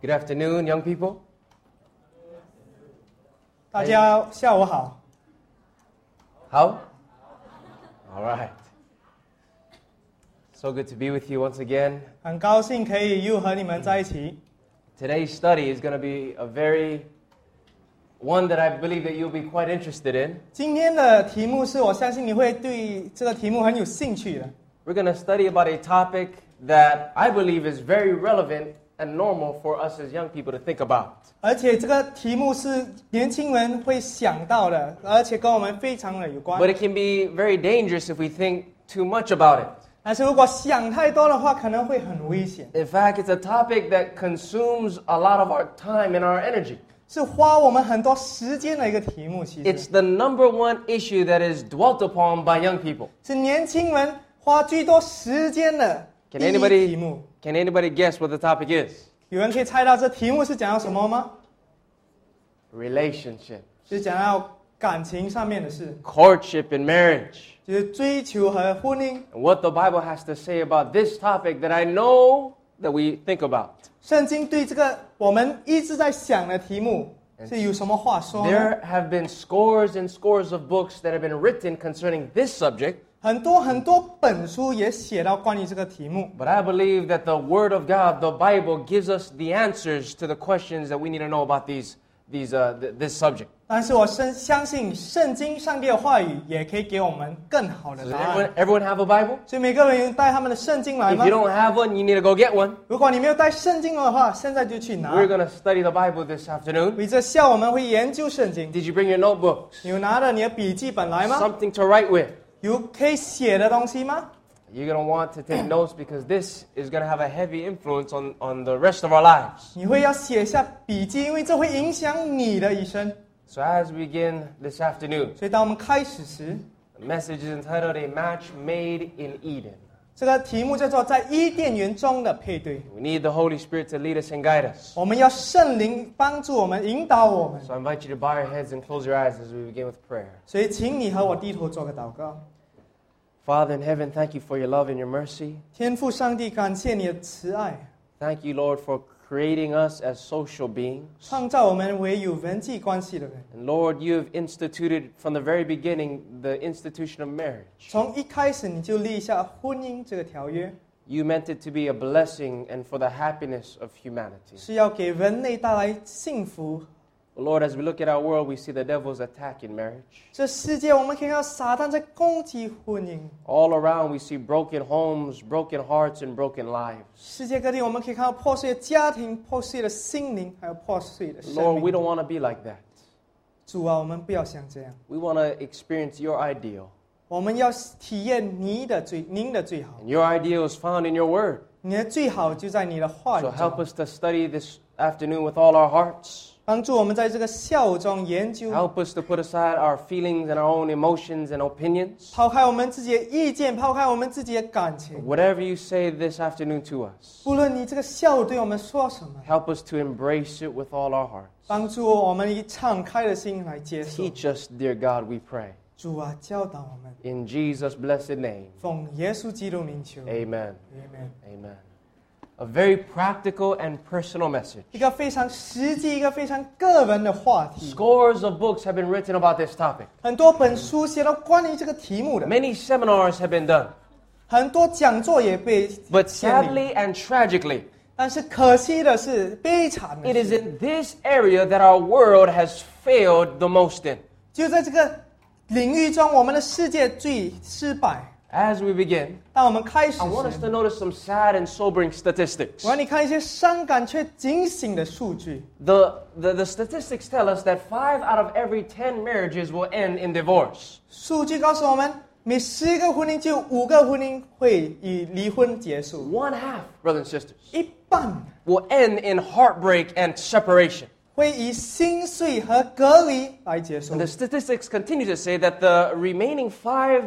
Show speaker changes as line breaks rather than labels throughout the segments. Good afternoon, young people.
大家下午好，
How? All right. So good to be with you once again.
很高兴可以又和你们在一起。
Today's study is going to be a very one that I believe that you'll be quite interested in.
今天的题目是我相信你会对这个题目很有兴趣的。
We're going to study about a topic that I believe is very relevant and normal for us as young people to think about.
而且这个题目是年轻人会想到的，而且跟我们非常的有关
But。it can be very dangerous if we think too much about it.
但是如果想太多的话，可能会很危险，
In fact, it's a topic that consumes a lot of our time and our energy.
是花我们很多时间的一个题目。其
It's
实
the number one issue that is dwelt upon by young people.
是年轻人花最多时间的
Can
第一
anybody-
题目。
Can anybody guess what the topic is?
有人可以猜到这题目是讲到什么吗？
Relationship,
是讲到感情上面的事，
courtship, and marriage.
就是追求和婚姻。
And what the Bible has to say about this topic that I know that we think about.
圣经对这个我们一直在想的题目是有什么话说呢？
There have been scores and scores of books that have been written concerning this subject,
很多很多本书也写到关于这个题目，
but I believe that the Word of God, the Bible, gives us the answers to the questions that we need to know about these, these, uh, th- this subject.
但是我深相信圣经上帝的话语也可以给我们更好的
Does
答
everyone,
案。
everyone have a Bible?
所以每个人带他们的圣经来
If
吗
you？don't have one, you need to go get one.
如果你没有带圣经的话，现在就去拿。
We're going to study the Bible this afternoon.
为这下我们会研究圣经。
Did you bring your notebooks?
你有拿着你的笔记本来吗？
Something to write with.
有可以写的东西吗？
You're going to want to take notes because this is going to have a heavy influence on, on the rest of our lives.
你会要写下笔记，因为这会影响你的一生。
So, as we begin this afternoon,
所以当我们开始时，
the message is entitled A Match Made in Eden.
这个题目叫做“在伊甸园中的配对
We need the Holy Spirit to lead us and guide ”。us.
我们要圣灵帮助我们，引导我们。
So, I invite you to bow your heads and close your eyes as we begin with prayer.
所以，请你和我低头做个祷告。
Father in heaven, thank you for your love and your mercy.
天父上帝，感谢你的慈爱，
Thank you, Lord, for creating us as social beings.
创造我们为有人际关系的人。
And Lord, you have instituted from the very beginning the institution of marriage.
从一开始你就立下婚姻这个条约，
You meant it to be a blessing and for the happiness of humanity.
是要给人类带来幸福。
Lord, as we look at our world, we see the devil's attack in marriage.
这世界我们可以看到撒旦在攻击婚姻，
All around, we see broken homes, broken hearts, and broken lives.
世界各地我们可以看到破碎的家庭、破碎的心灵，还有破碎的生
Lord, we
命。
don't want to be like that.
主啊，我们不要像这样。
We want to experience your ideal.
我们要体验你的最您的最好，
And your ideal is found in your word.
你的最好就在你的话语
So
中
help us to study this afternoon with all our hearts.
帮助我们在这个下午中研究，
Help us to put aside our feelings and our own emotions and opinions.
抛开我们自己的意见，抛开我们自己的感情。
Whatever you say this afternoon to us,
不论你这个下午对我们说什么，
help us to embrace it with all our hearts.
帮助我们以敞开的心来接受。
Teach us, dear God, we pray.
主啊，教导我们，
In Jesus' blessed name,
奉耶稣基督名求。
amen.
Amen
Amen. A very practical and personal message.
一个非常实际、一个非常个人的话题。
Scores of books have been written about this topic.
很多本书写到关于这个题目的，
Many seminars have been done.
很多讲座也被
But
建立。
sadly and tragically,
但是可惜的是，悲惨的
it is
是，
in this area that our world has failed the most in.
就在这个领域中，我们的世界最失败。
As we begin,
当我们开始
I want us
时，
to notice some sad and sobering statistics.
我让你看一些伤感却警醒的数据。
The, the, the statistics tell us that five out of every 10 marriages will end in divorce.
数据告诉我们，每十个婚姻就有五个婚姻会以离婚结束，
One half, brothers and sisters,
一半
will end in heartbreak and separation.
会以心碎和隔离来结束
And。the statistics continue to say that the remaining five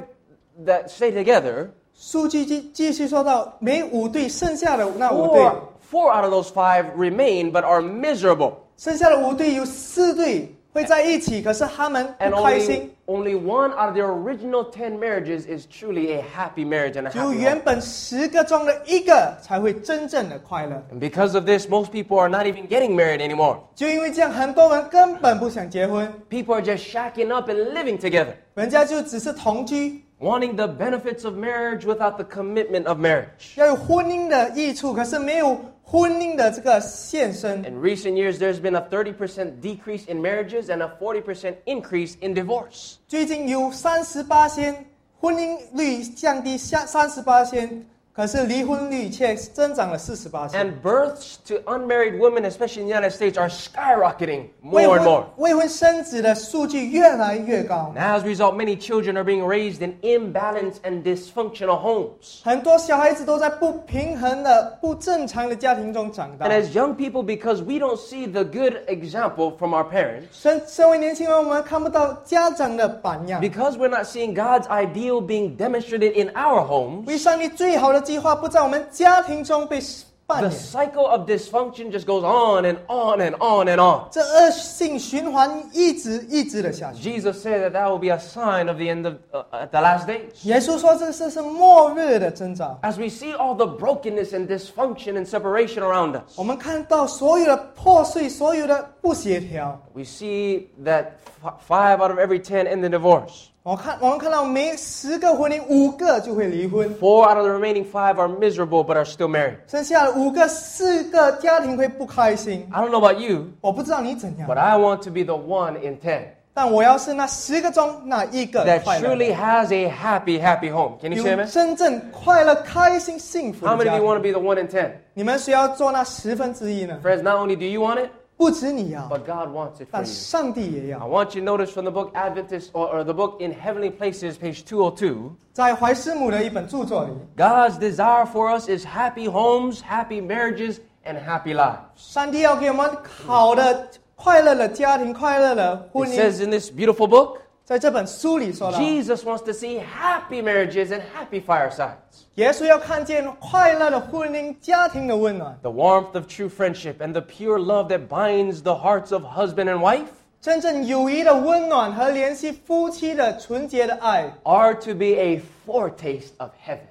that stay together,
数据继继续说到，每五对剩下的那五对，
four, four out of those five remain but are miserable.
剩下的五对有四对会在一起，可是他们
And
不
only,
开心。
only one out of the original 10 marriages is truly a happy marriage and a
只有
happy
原
home.
本十个中的一个才会真正的快乐。
And because of this, most people are not even getting married anymore.
就因为这样，很多人根本不想结婚，
People are just shacking up and living together,
人家就只是同居，
wanting the benefits of marriage without the commitment of marriage.
要有婚姻的益处，可是没有婚姻的这个献身。
In recent years, there's been a 30% decrease in marriages and a 40% increase in divorce.
最近有三十八仙婚姻率降低下三十八仙，可是离婚率却增长了四十八仙。
And births to unmarried women, especially in the United States, are skyrocketing
未
more and
婚
more.
未婚生子的数据越来越高
And，as a result, many children are being raised in imbalanced and dysfunctional homes.
很多小孩子都在不平衡的、不正常的家庭中长大
And。as young people, because we don't see the good example from our parents,
身身为年轻人，我们看不到家长的榜样。
because we're not seeing God's ideal being demonstrated in our
因为
homes,
上帝最好的计划不在我们家庭中被扮
the
演，
cycle of dysfunction just goes on and on and on and on.
这恶性循环一直一直的下去。
Jesus said that that will be a sign of the end of uh, at the last days.
耶稣说：“这是是末日的征兆。
As we see all the brokenness and dysfunction and separation around us, ”
我们看到所有的破碎，所有的不协调。
we see that f- five out of every ten end in divorce.
我看，我们看到每十个婚姻，五个就会离婚，
Four out of the remaining five are miserable but are still married.
剩下的五个、四个家庭会不开心。
I don't know about you,
我不知道你怎样
but，I want to be the one in ten
但我要是那十个中那一个
that
快乐的，
truly has a happy, happy home. Can you say
有
amen?
真正快乐、开心、幸福
How
的
many
家
of you
庭
want to be the one in ten?
你们需要做那十分之一呢？
Friends, not only do you want it,
不止你要，
but God wants it for
但
you.
上帝也
I
要。
want you to notice from the book Adventist or, or the book In Heavenly Places, page 202.
在怀师母的一本著作里，
God's desire for us is happy homes, happy marriages, and happy lives.
上帝要给我们好的、快乐的家庭、快乐的
It
婚姻。
says in this beautiful book,
在这本书里说了，
Jesus wants to see happy marriages and happy firesides.
耶稣要看见快乐的婚姻、家庭的温暖，
The warmth of true friendship and the pure love that binds the hearts of husband and wife
真正友谊的温暖和联系夫妻的纯洁的爱，
are to be a foretaste of heaven.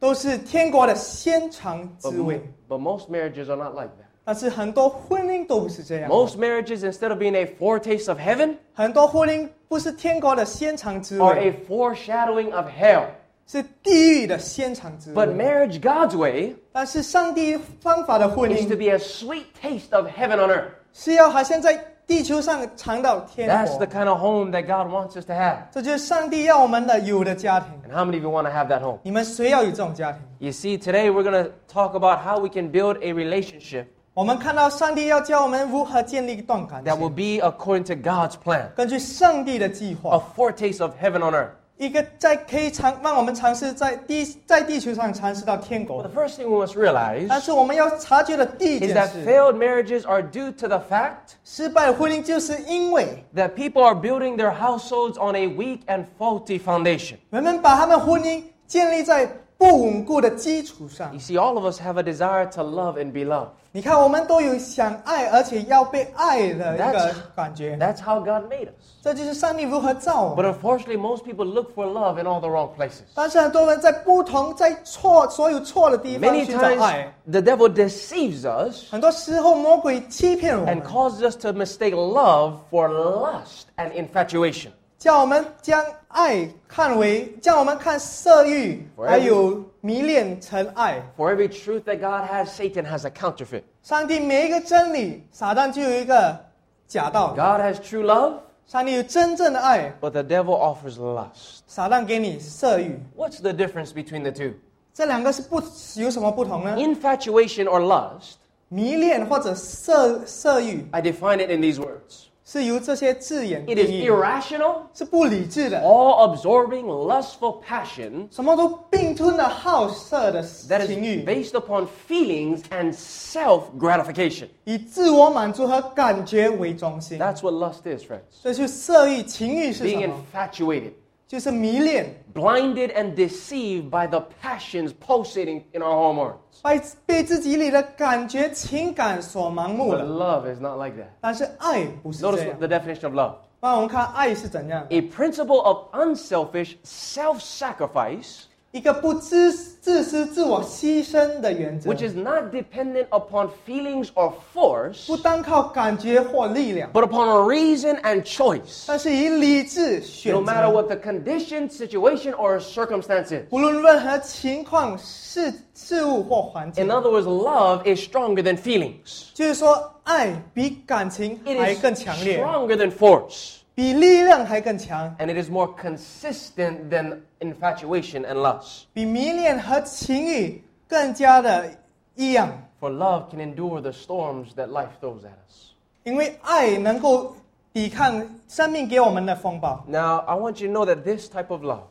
都是天国的先尝滋味。
But most marriages are not like that.
但是很多婚姻都不是这样，
Most marriages, instead of being a foretaste of heaven,
很多婚姻不是天国的先尝滋
are a
味，
foreshadowing of hell.
是地狱的先尝滋
But
味。
marriage God's way
但是上帝方法的婚
is
姻
to。be a sweet taste of heaven on earth.
是要好像在地球上尝到天
That's
国
the。kind of home that God wants us to have.
这就是上帝要我们的有的家庭。
And how many of you want to have that home?
你们谁要有这种家庭？
You see, today we're going to talk about how we can build a relationship
我们看到上帝要教我们如何建立一段感
that will
情，
be according to God's plan,
根据上帝的计
a
划，
foretaste of heaven on earth.
一个在可以尝让我们尝试在地在地球上尝试到天
Well,
国
the。first thing we must realize
但是我们要察觉的第一
is
件
that
事，
failed marriages are due to the fact
失败的婚姻就是因为
that people are building their households on a weak and faulty foundation.
人们把他们婚姻建立在不稳固的基础上
You。see, all of us have a desire to love and be loved.
你看，我们都有想爱而且要被爱的一个
That's-
感觉。
That's how God made us.
这就是上帝如何造我
But
们。
unfortunately, most people look for love in all the wrong places.
但是很多人在不同、在错、所有错的地方
Many
寻找爱
times,。the devil deceives us
很多时候，魔鬼欺骗我
and
们，
causes us to mistake love for lust and infatuation.
叫我们将爱看为，叫我们看色欲，
Forever.
还有迷恋成爱。
For every truth that God has, Satan has a counterfeit.
上帝每一个真理，撒旦就有一个假道。
God has true love,
上帝有真正的爱，
but the devil offers lust.
撒旦给你色欲，
What's the difference between the two?
这两个是不有什么不同呢？
Infatuation or lust,
迷恋或者色色欲
I define it in these words
是由这些字眼定
it is
义的，
irrational, Oh.
是不理智的。
all absorbing, lustful passion
什么都并吞的好色的
that
情
is
欲，
based upon feelings and self gratification.
以自我满足和感觉为中心。
That's what lust is, friends.
这就是色欲、情欲是
Being
什么？
infatuated.
就就是迷恋，
blinded and deceived by the passions pulsating in our hormones.
被被自己里的感觉、情感所盲目
But
了。
love is not like that.
但是爱不是这
Notice
样
what。the definition of love
那我们看爱是怎样，
a principle of unselfish self sacrifice,
一个不自自私、自我牺牲的原则
which，is not dependent upon feelings or force,
不单靠感觉或力量，
but upon reason and choice.
但是以理智
No
选
matter
择。
what the condition, situation, or circumstance is.
无论任何情况、事事物或环
In
境，
other words, love is stronger than feelings,
就是说，爱比感情
it
还
is
更强烈，
stronger than force.
比力量还更强，
and it is more consistent than infatuation and lust.
比迷恋和情欲更加的一样，
For love can endure the storms that life throws at us.
因为爱能够抵抗生命给我们的风暴。
Now, I want you to know that this type of love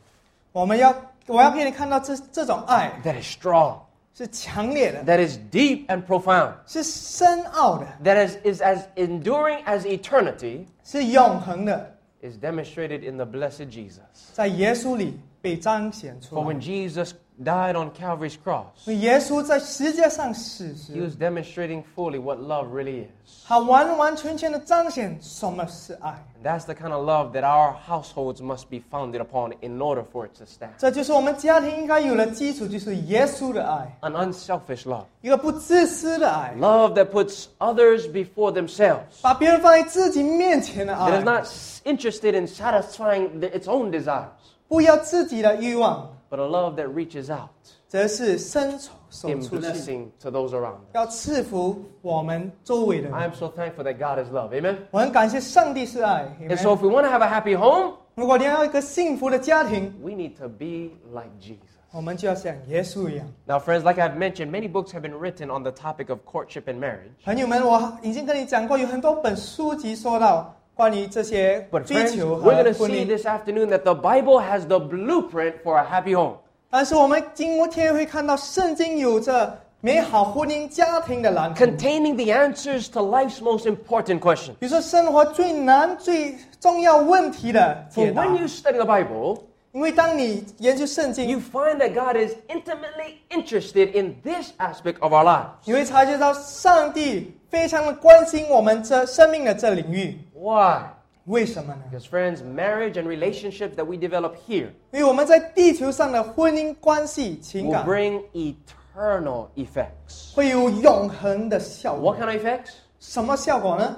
我们要，我要给你看到这这种爱
that is strong,
是强烈的，
that is deep and profound,
是深奥的，
that is, is as enduring as eternity
是永恒的，
is demonstrated in the blessed Jesus.
在耶稣里被彰显
For
出来
when。Jesus died on Calvary's cross,
耶稣在世界上死
he
时，
was demonstrating fully what love really is.
他完完全全的彰显什么是爱。
And that's the kind of love that our households must be founded upon in order for it to stand.
这就是我们家庭应该有的基础，就是耶稣的爱，
An unselfish love.
一个不自私的爱，
Love that puts others before themselves.
把别人放在自己面前的
That is
爱，
not s- interested in satisfying the- its own desires,
不要自己的欲望，
but a love that reaches out
则是伸手
in
出去，
blessing to those around us.
要赐福我们周围的
I am
人。
so thankful that God is love. Amen?
我很感谢上帝是爱。
And so, if we want to have a happy home,
如果你要一个幸福的家庭，
we need to be like Jesus.
我们就要像耶稣一样。
Now, friends, like I've mentioned, many books have been written on the topic of courtship and marriage.
朋友们，我已经跟你讲过，有很多本书籍说到关于这些
But,
追
friends,
求
we're
和
going to
婚
see
姻。
this afternoon that the Bible has the blueprint for a happy home.
但是我们今天会看到圣经有着美好婚姻家庭的蓝图，
containing the answers to life's most important questions.
比如说生活最难、最重要问题的
For
解答。
when you study the Bible,
因为当你研究圣经
you，find that God is intimately interested in this aspect of our lives.
你会察觉到上帝非常的关心我们这生命的这领域。
Why?
为什么呢？
Because, friends, marriage and relationships that we develop here
因为我们在地球上的婚姻关系、情
will
感
bring eternal effects.
会有永恒的效果
What。kind of effects?
什么效果呢？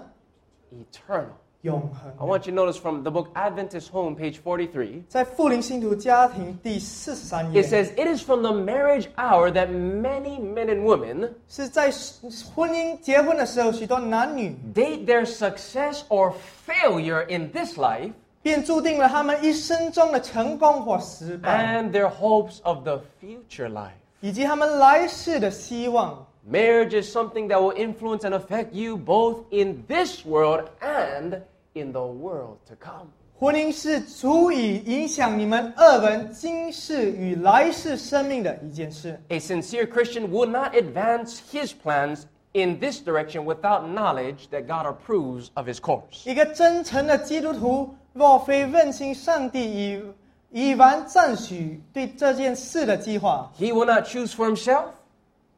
Eternal.
永
I
恒。
want you to notice from the book Adventist Home, page 43,
在富林信徒家庭第四十三
it
页，
says, It is from the marriage hour that many men and women
是在婚姻结婚的时候，许多男女
date their success or failure in this life
便注定了他们一生中的成功或失败，
and their hopes of the future life.
以及他们来世的希望。
Marriage is something that will influence and affect you both in this world and in the world to come.
婚姻是足以影响你们二人今世与来世生命的一件事。
A sincere Christian will not advance his plans in this direction without knowledge that God approves of his course.
一个真诚的基督徒，若非认清上帝已已然赞许对这件事的计划，
He will not choose for himself,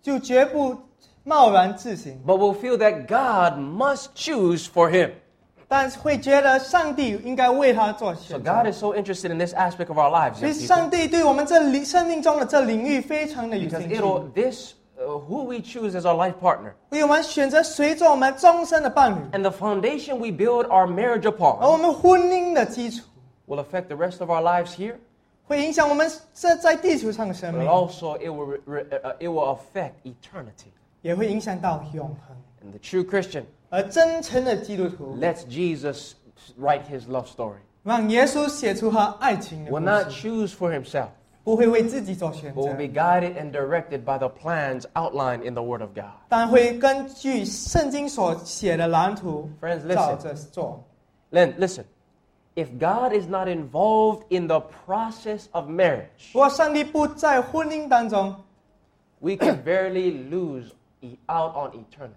就绝不贸然自行，
but will feel that God must choose for him.
但是会觉得上帝应该为他做
So
选择
God。is so interested in this aspect of our lives.
其
young
实
people.
上帝对我们这领生命中的这领域非常的有
Because
兴趣，
it'll this uh, who we choose as our life partner
为我们选择随着我们终身的伴侣，
and the foundation we build our marriage
而我
upon
们婚姻的基础
will affect the rest of our lives here,
会影响我们这在地球上的生
but
命，
also it will re- re- uh, it will affect eternity.
也会影响到永恒。
And the true Christian
而真诚的基督徒，
lets Jesus write his love story.
让耶稣写出他爱情的
Will
故
not
事，
choose for himself,
不会为自己做选
but will
择，
be guided and directed by the plans outlined in the Word of God.
但会根据圣经所写的蓝图
Friends, listen.
照着做。
Len, listen. If God is not involved in the process of marriage,
如果上帝不在婚姻当中，
we can barely lose e- out on eternity.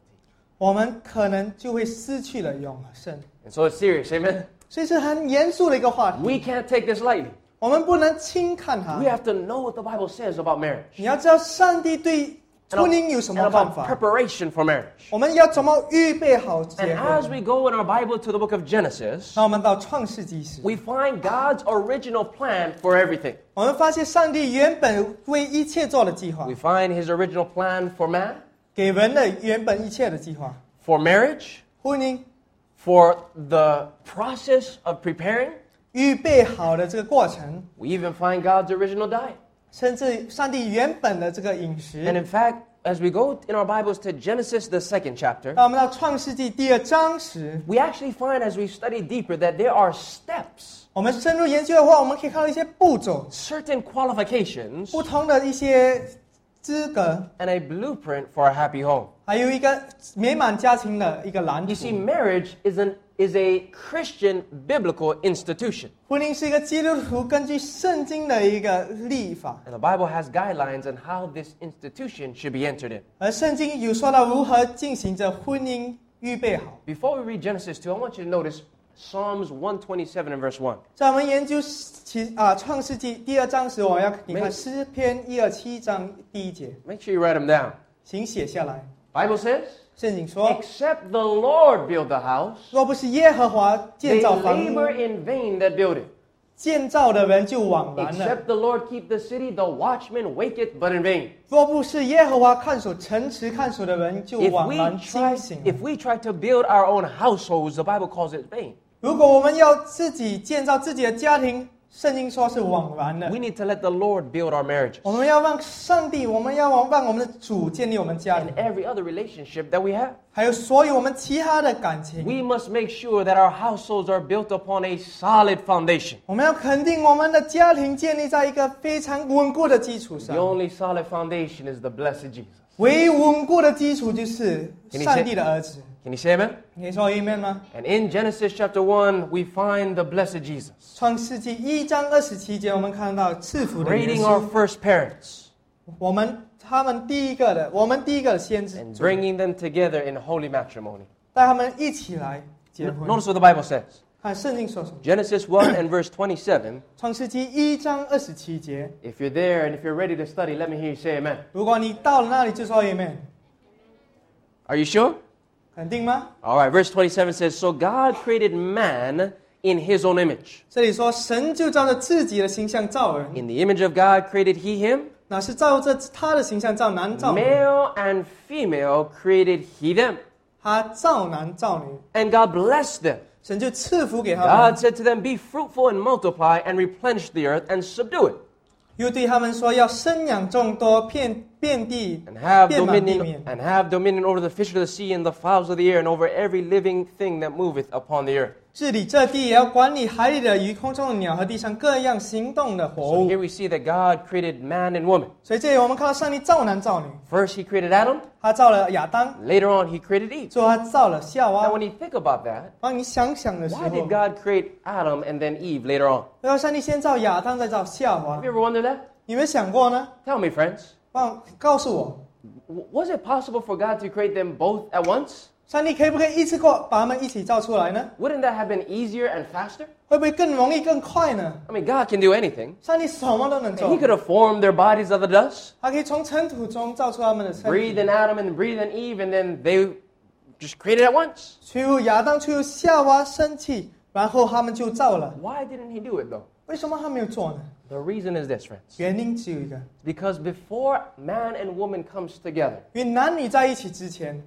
我们可能就会失去了永生。
And so it's serious, amen?
所以是很严肃的一个话题，
We can't take this lightly.
我们不能轻看它
We。have to know what the Bible says about marriage
你要知道上帝对
and
婚姻有什
and
么看
about
法，
preparation for marriage.
我们要怎么预备好
And
结婚
as？we go in our Bible to the book of Genesis,
那我们到创世纪时，
we find God's original plan for everything.
我们发现上帝原本为一切做的计划
We，find his original plan for man,
给人的原本一切的计划，
for marriage,
婚姻
for the process of preparing.
预备好的这个过程，
We even find God's original diet.
甚至上帝原本的这个饮
And
食。
in fact, as we go in our Bibles to Genesis, the second chapter,
当我们到创世纪第二章时，
we actually find as we study deeper that there are steps,
我们深入研究的话，我们可以看到一些步骤，
certain qualifications,
不同的一些资格，
and a blueprint for a happy home.
还有一个美满家庭的一个蓝
You see,
图。
marriage is, an, is a Christian biblical institution,
婚姻是一个基督徒根据圣经的一个立法，
and the Bible has guidelines on how this institution should be entered in.
而圣经有说到如何进行着婚姻预备好。
Before we read Genesis 2, I want you to notice Psalms 127 and verse 1.
在我们研究其啊创世纪第二章时，我要你
没有
看诗篇一二七章第一节，
Make sure you write them down.
请写下来。
Bible says,
圣经说
Except the Lord build the house,：“
若不是耶和华
they
建造房屋，
labor in vain that build it.
建造的人就枉然了；
Except the Lord keep the city, the watchman waketh but in vain.
若不是耶和华看守城池看守的人，就
If
枉
we,
然惊
try,
醒了
if。we try to build our own households, the Bible calls it vain. ”
如果我们要自己建造自己的家庭，圣经说是枉然的
We。need to let the Lord build our marriages
我们要让上帝，我们要让让我们的主建立我们家庭
and，every other relationship that we have.
还有所有我们其他的感情。
We must make sure that our households are built upon a solid foundation.
我们要肯定我们的家庭建立在一个非常稳固的基础
The
上，
only solid foundation is the blessed Jesus.
唯一稳固的基础就是上帝的儿子。
Can you say amen?
你说 Amen 吗？
And in Genesis chapter 1, we find the blessed Jesus
创世纪一章二十七节，我们看到赐福的耶
raiding our
稣，
first parents
我们他们第一个的，我们第一个的先知
and
主，
bringing them together in holy matrimony.
带他们一起来结
N-
婚。
Notice what the Bible says
看圣经说什么？
Genesis 1 and verse 27.
创世纪一章二十七节，
If you're there and if you're ready to study, let me hear you say amen.
如果你到了那里就说 Amen，
Are you sure?
肯定吗？
All right, verse 27 says So God created man in his own image.
这里说神就照着自己的形象造人，
In the image of God created he him.
哪是照着他的形象造男造女？
Male and female created he them.
他造男造女，
And God blessed them.
神就赐福给他们
God，said to them, Be fruitful and multiply and replenish the earth and subdue it
又对他们说要生养众多，遍遍地
and have
遍满地面
dominion，and have dominion over the fish of the sea and the fowls of the air and over every living thing that moveth upon the earth.
治理这地，也要管理海里的鱼、空中的鸟和地上各样行动的活
So
物。
here we see that God created man and woman.
所以这里我们看到上帝造男造女，
First he created Adam,
他造了亚当，
later on he created Eve.
最后他造了夏
Now
娃
when。you think about that,
当你想想的时
why
候，
did God create Adam and then Eve later on?
然后上帝先造亚当，再造夏
Have
娃
you，ever wondered that?
你们想过呢？
Tell me, friends.
帮告诉我，
w- Was it possible for God to create them both at once?
上帝可以不可以一次过把他们一起造出来呢？
Wouldn't that have been easier and faster?
会不会更容易、更快呢？
I mean, God can do anything.
上帝什么都能
And
做
he。could have formed their bodies out of the dust,
他可以从尘土中造出他们的身
breathe
体，
in Adam and breathe in Eve, and then they just created at once.
吹入亚当，吹入夏娃生气，然后他们就造了。
Why didn't he do it though?
为什么他没有做呢？
The reason is this, friends.
原因只有一个，
Because before man and woman comes together
因为男女在一起之前，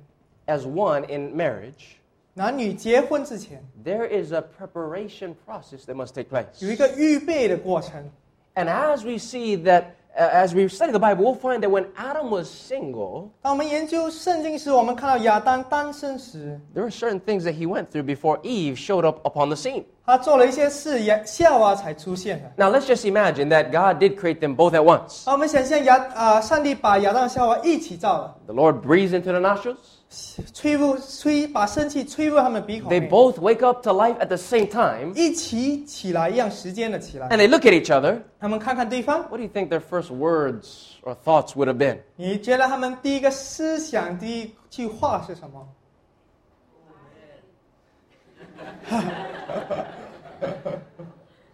as one in marriage,
男女结婚之前
there is a preparation process that must take place.
有一个预备的过程。
And as we see that, uh, as we study the Bible, we'll find that when Adam was single,
当我们研究圣经时，我们看到亚当单身时，
there were certain things that he went through before Eve showed up upon the scene.
他做了一些事，亚夏娃才出现的。
Now let's just imagine that God did create them both at once.
好，我们想象亚啊、上帝把亚当和夏娃一起造了，
The Lord breathes into the nostrils.
吹入吹把生气吹入他们鼻孔
They
里，
both wake up to life at the same time
一起起来，一样时间的起来。
and they look at each other.
他们看看对方，
What do you think their first words or thoughts would have been?
你觉得他们第一个思想、第一句话是什么？
I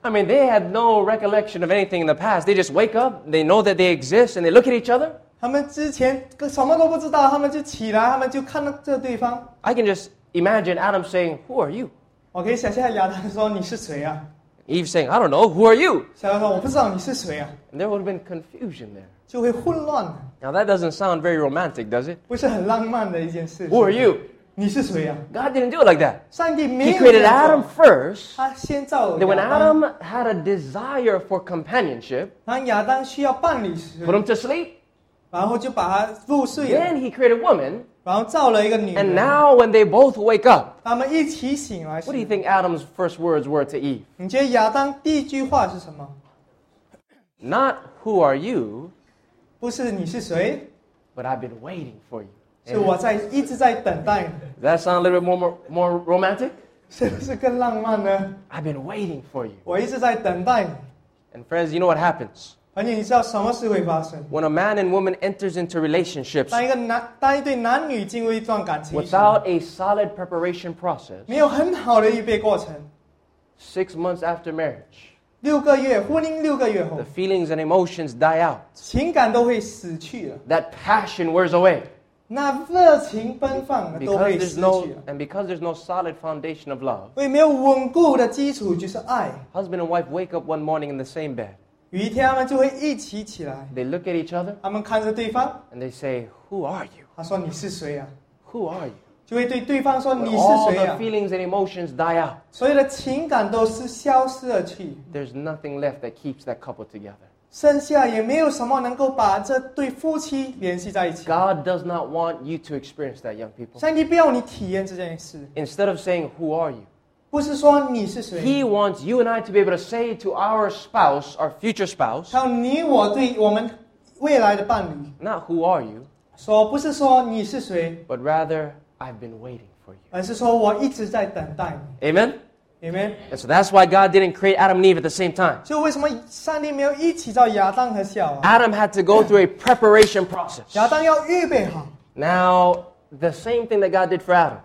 I mean, they had no recollection of anything in the past. They just wake up, they know that they exist, and they look at each other.
他们之前什么都不知道，他们就起来，他们就看到这对方。
I can just imagine Adam saying, Who are you?
我可以想象亚当说：“你是谁啊
Eve saying, I don't know, who are you?？”
小当说：“我不知道你是谁啊
And there would have been confusion there. ”
就会混乱，
Now, that doesn't sound very romantic, does it?
不是很浪漫的一件事。
Who are you?
你是谁啊？
God didn't do it like that.
上帝没
He
有
created
这样做
Adam first.
他先造
Then, when
亚当，
Adam had a desire for companionship,
当亚当需要伴侣时
put，him to sleep.
然后就把他入睡了，
Then he created woman.
然后造了一个女
And
人。
now, when they both wake up,
他们一起醒来
what do you
时，
think Adam's first words were to Eve?
你觉得亚当第一句话是什么？
Not, Who are you?
不是你是谁，
But I've been waiting for you.
是我在一直在等待你，
Does that sound a little bit more, more, more romantic?
是不是更浪漫呢？
I've been waiting for you.
我一直在等待你。
And friends, you know what happens?
而且你知道什么事会发生？
When a man and woman enters into relationships
当一个男，当一对男女进入一段感情时，
without a solid preparation process,
没有很好的预备过程，
six months after marriage,
六个月婚姻六个月后
the，feelings and emotions die out.
情感都会死去了，
That passion wears away.
那热情奔放的都
Because
会
there's
失
no,
去了，
and because there's no solid foundation of love,
因为没有稳固的基础就是爱。
husband and wife wake up one morning in the same bed.
有一天他们就会一起起来，
They look at each other
他们看着对方，
and they say, Who are you?
他说你是谁啊？
Who are you?
就会对对方说
When
你是
all
谁
the
啊？
feelings and emotions die out.
所有的情感都是消失而去，
There's nothing left that keeps that couple together.
剩下也没有什么能够把这对夫妻联系在一起。
God does not want you to experience that, young people.
上帝不要你体验这件事，
Instead of saying, Who are you?
不是说你是谁，
He wants you and I to be able to say to our spouse, our future spouse,
还有你我对我们未来的伴侣
not who are you,
说，不是说你是谁，
but rather, I've been waiting for you.
而是说我一直在等待
Amen?
你，你们。
And so that's why God didn't create Adam and Eve at the same time.
所以为什么上帝没有一起造亚当和夏娃？
Adam had to go through a preparation process.
亚当要预备好，
Now, the same thing that God did for Adam,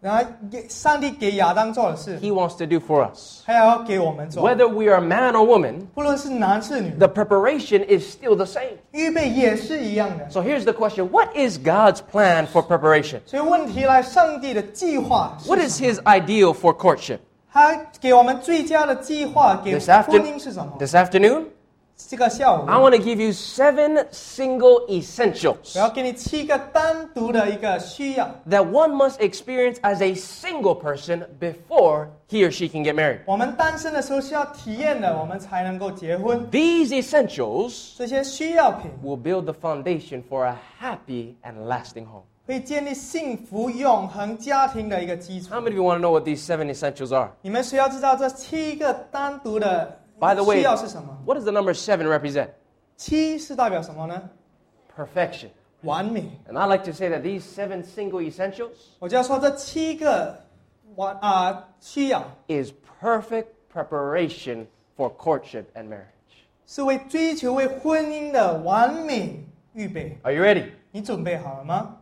然后上帝给亚当做的事，
He wants to do for us.
他要给我们做。
Whether we are man or woman,
不论是男是女，
the preparation is still the same.
预备也是一样的。
So here's the question What is God's plan for preparation?
所以问题来，上帝的计划是
What
什么
is His ideal for courtship?
他给我们最佳的计划，给
This,
婚姻是什
after,
么？
this afternoon,
这个下午
I want to give you seven single essentials
我要给你七个单独的一个需要，
that one must experience as a single person before he or she can get married.
我们单身的时候需要体验的，我们才能够结婚。
These essentials
这些需要品
will build the foundation for a happy and lasting home.
会建立幸福永恒家庭的一个基础
How。many of you want to know what these seven essentials are?
你们需要知道这七个单独的
By the way,
需要是什么？
what does the number seven represent?
七是代表什么呢？
Perfection.
完美。
And I like to say that these seven single essentials
我就要说这七个完啊、需要
is perfect preparation for courtship and marriage.
是为追求为婚姻的完美预备。
Are you ready?
你准备好了吗？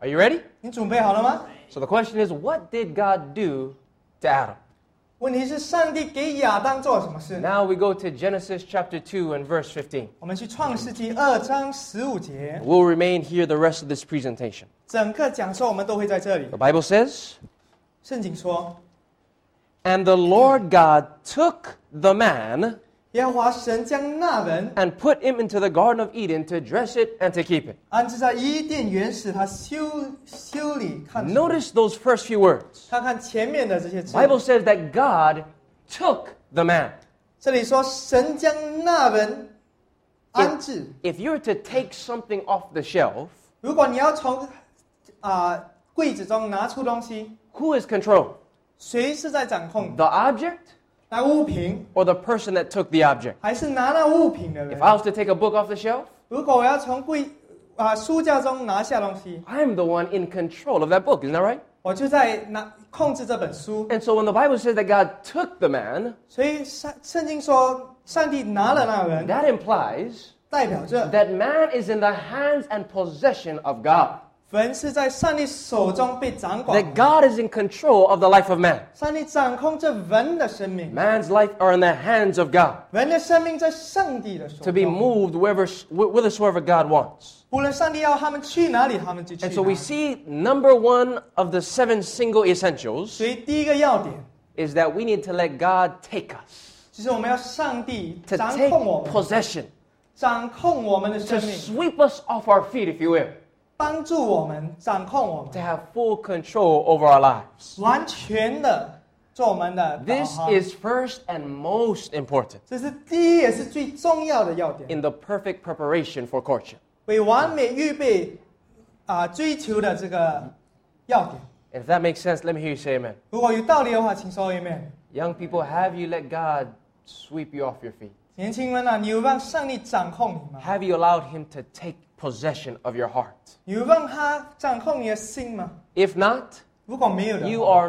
Are you ready?
你准备好了吗？
So the question is, what did God do to Adam?
问题是上帝给亚当做了什么事？
Now we go to Genesis chapter 2 and verse 15.
我们去创世纪二章十五节，
We'll remain here the rest of this presentation.
整个讲授我们都会在这里
The。Bible says,
圣经说，
And the Lord God took the man
耶和华神将那人
and put him into the Garden of Eden to dress it and to keep it.
安置在伊甸园，使他修修理看守。
Notice those first few words.
看看前面的这些字
Bible says that God took the man.
这里说神将那人安置。
If you're to take something off the shelf,
如果你要从啊、柜子中拿出东西，
who is control?
谁是在掌控
The object
拿物品，
or the person that took the object?
还是拿那物品的
If
人？
I was to take a book off the shelf,
如果我要从柜啊、书架中拿下东西，
I'm the one in control of that book, isn't that right?
我就在拿控制这本书。
And so when the Bible says that God took the man,
所以圣圣经说，上帝拿了那人，
that implies
代表着
that man is in the hands and possession of God.
凡是在上帝手中被掌管，
that God is in control of the life of man.
上帝掌控着人的生命，
Man's life are in the hands of God
人的生命在上帝的手
to be
中，
moved wherever, whithersoever God wants.
无论上帝要他们去哪里，他们就去
And
哪
so
里
we。see number one of the seven single essentials
所以第一个要点
is that we need to let God take us,
就是我们要上帝
to
掌
take
控我们，
possession,
掌控我们的
to
生命，
sweep us off our feet, if you will,
帮助我们，掌控我
to
们，
have full control over our lives.
完全的做我们的导
This
航。
is first and most important
这是第一也是最重要的要点，
in the perfect preparation for courtship.
为完美预备啊、追求的这个要点。
If that makes sense, let me hear you say amen.
如果有道理的话，请说 Amen。
Young people, have you let God sweep you off your feet?
年轻人啊，你有让上帝掌控你吗？
Have you allowed Him to take possession of your heart?
你有让他掌控你的心吗？
If not,
如果没有的
you
话，
are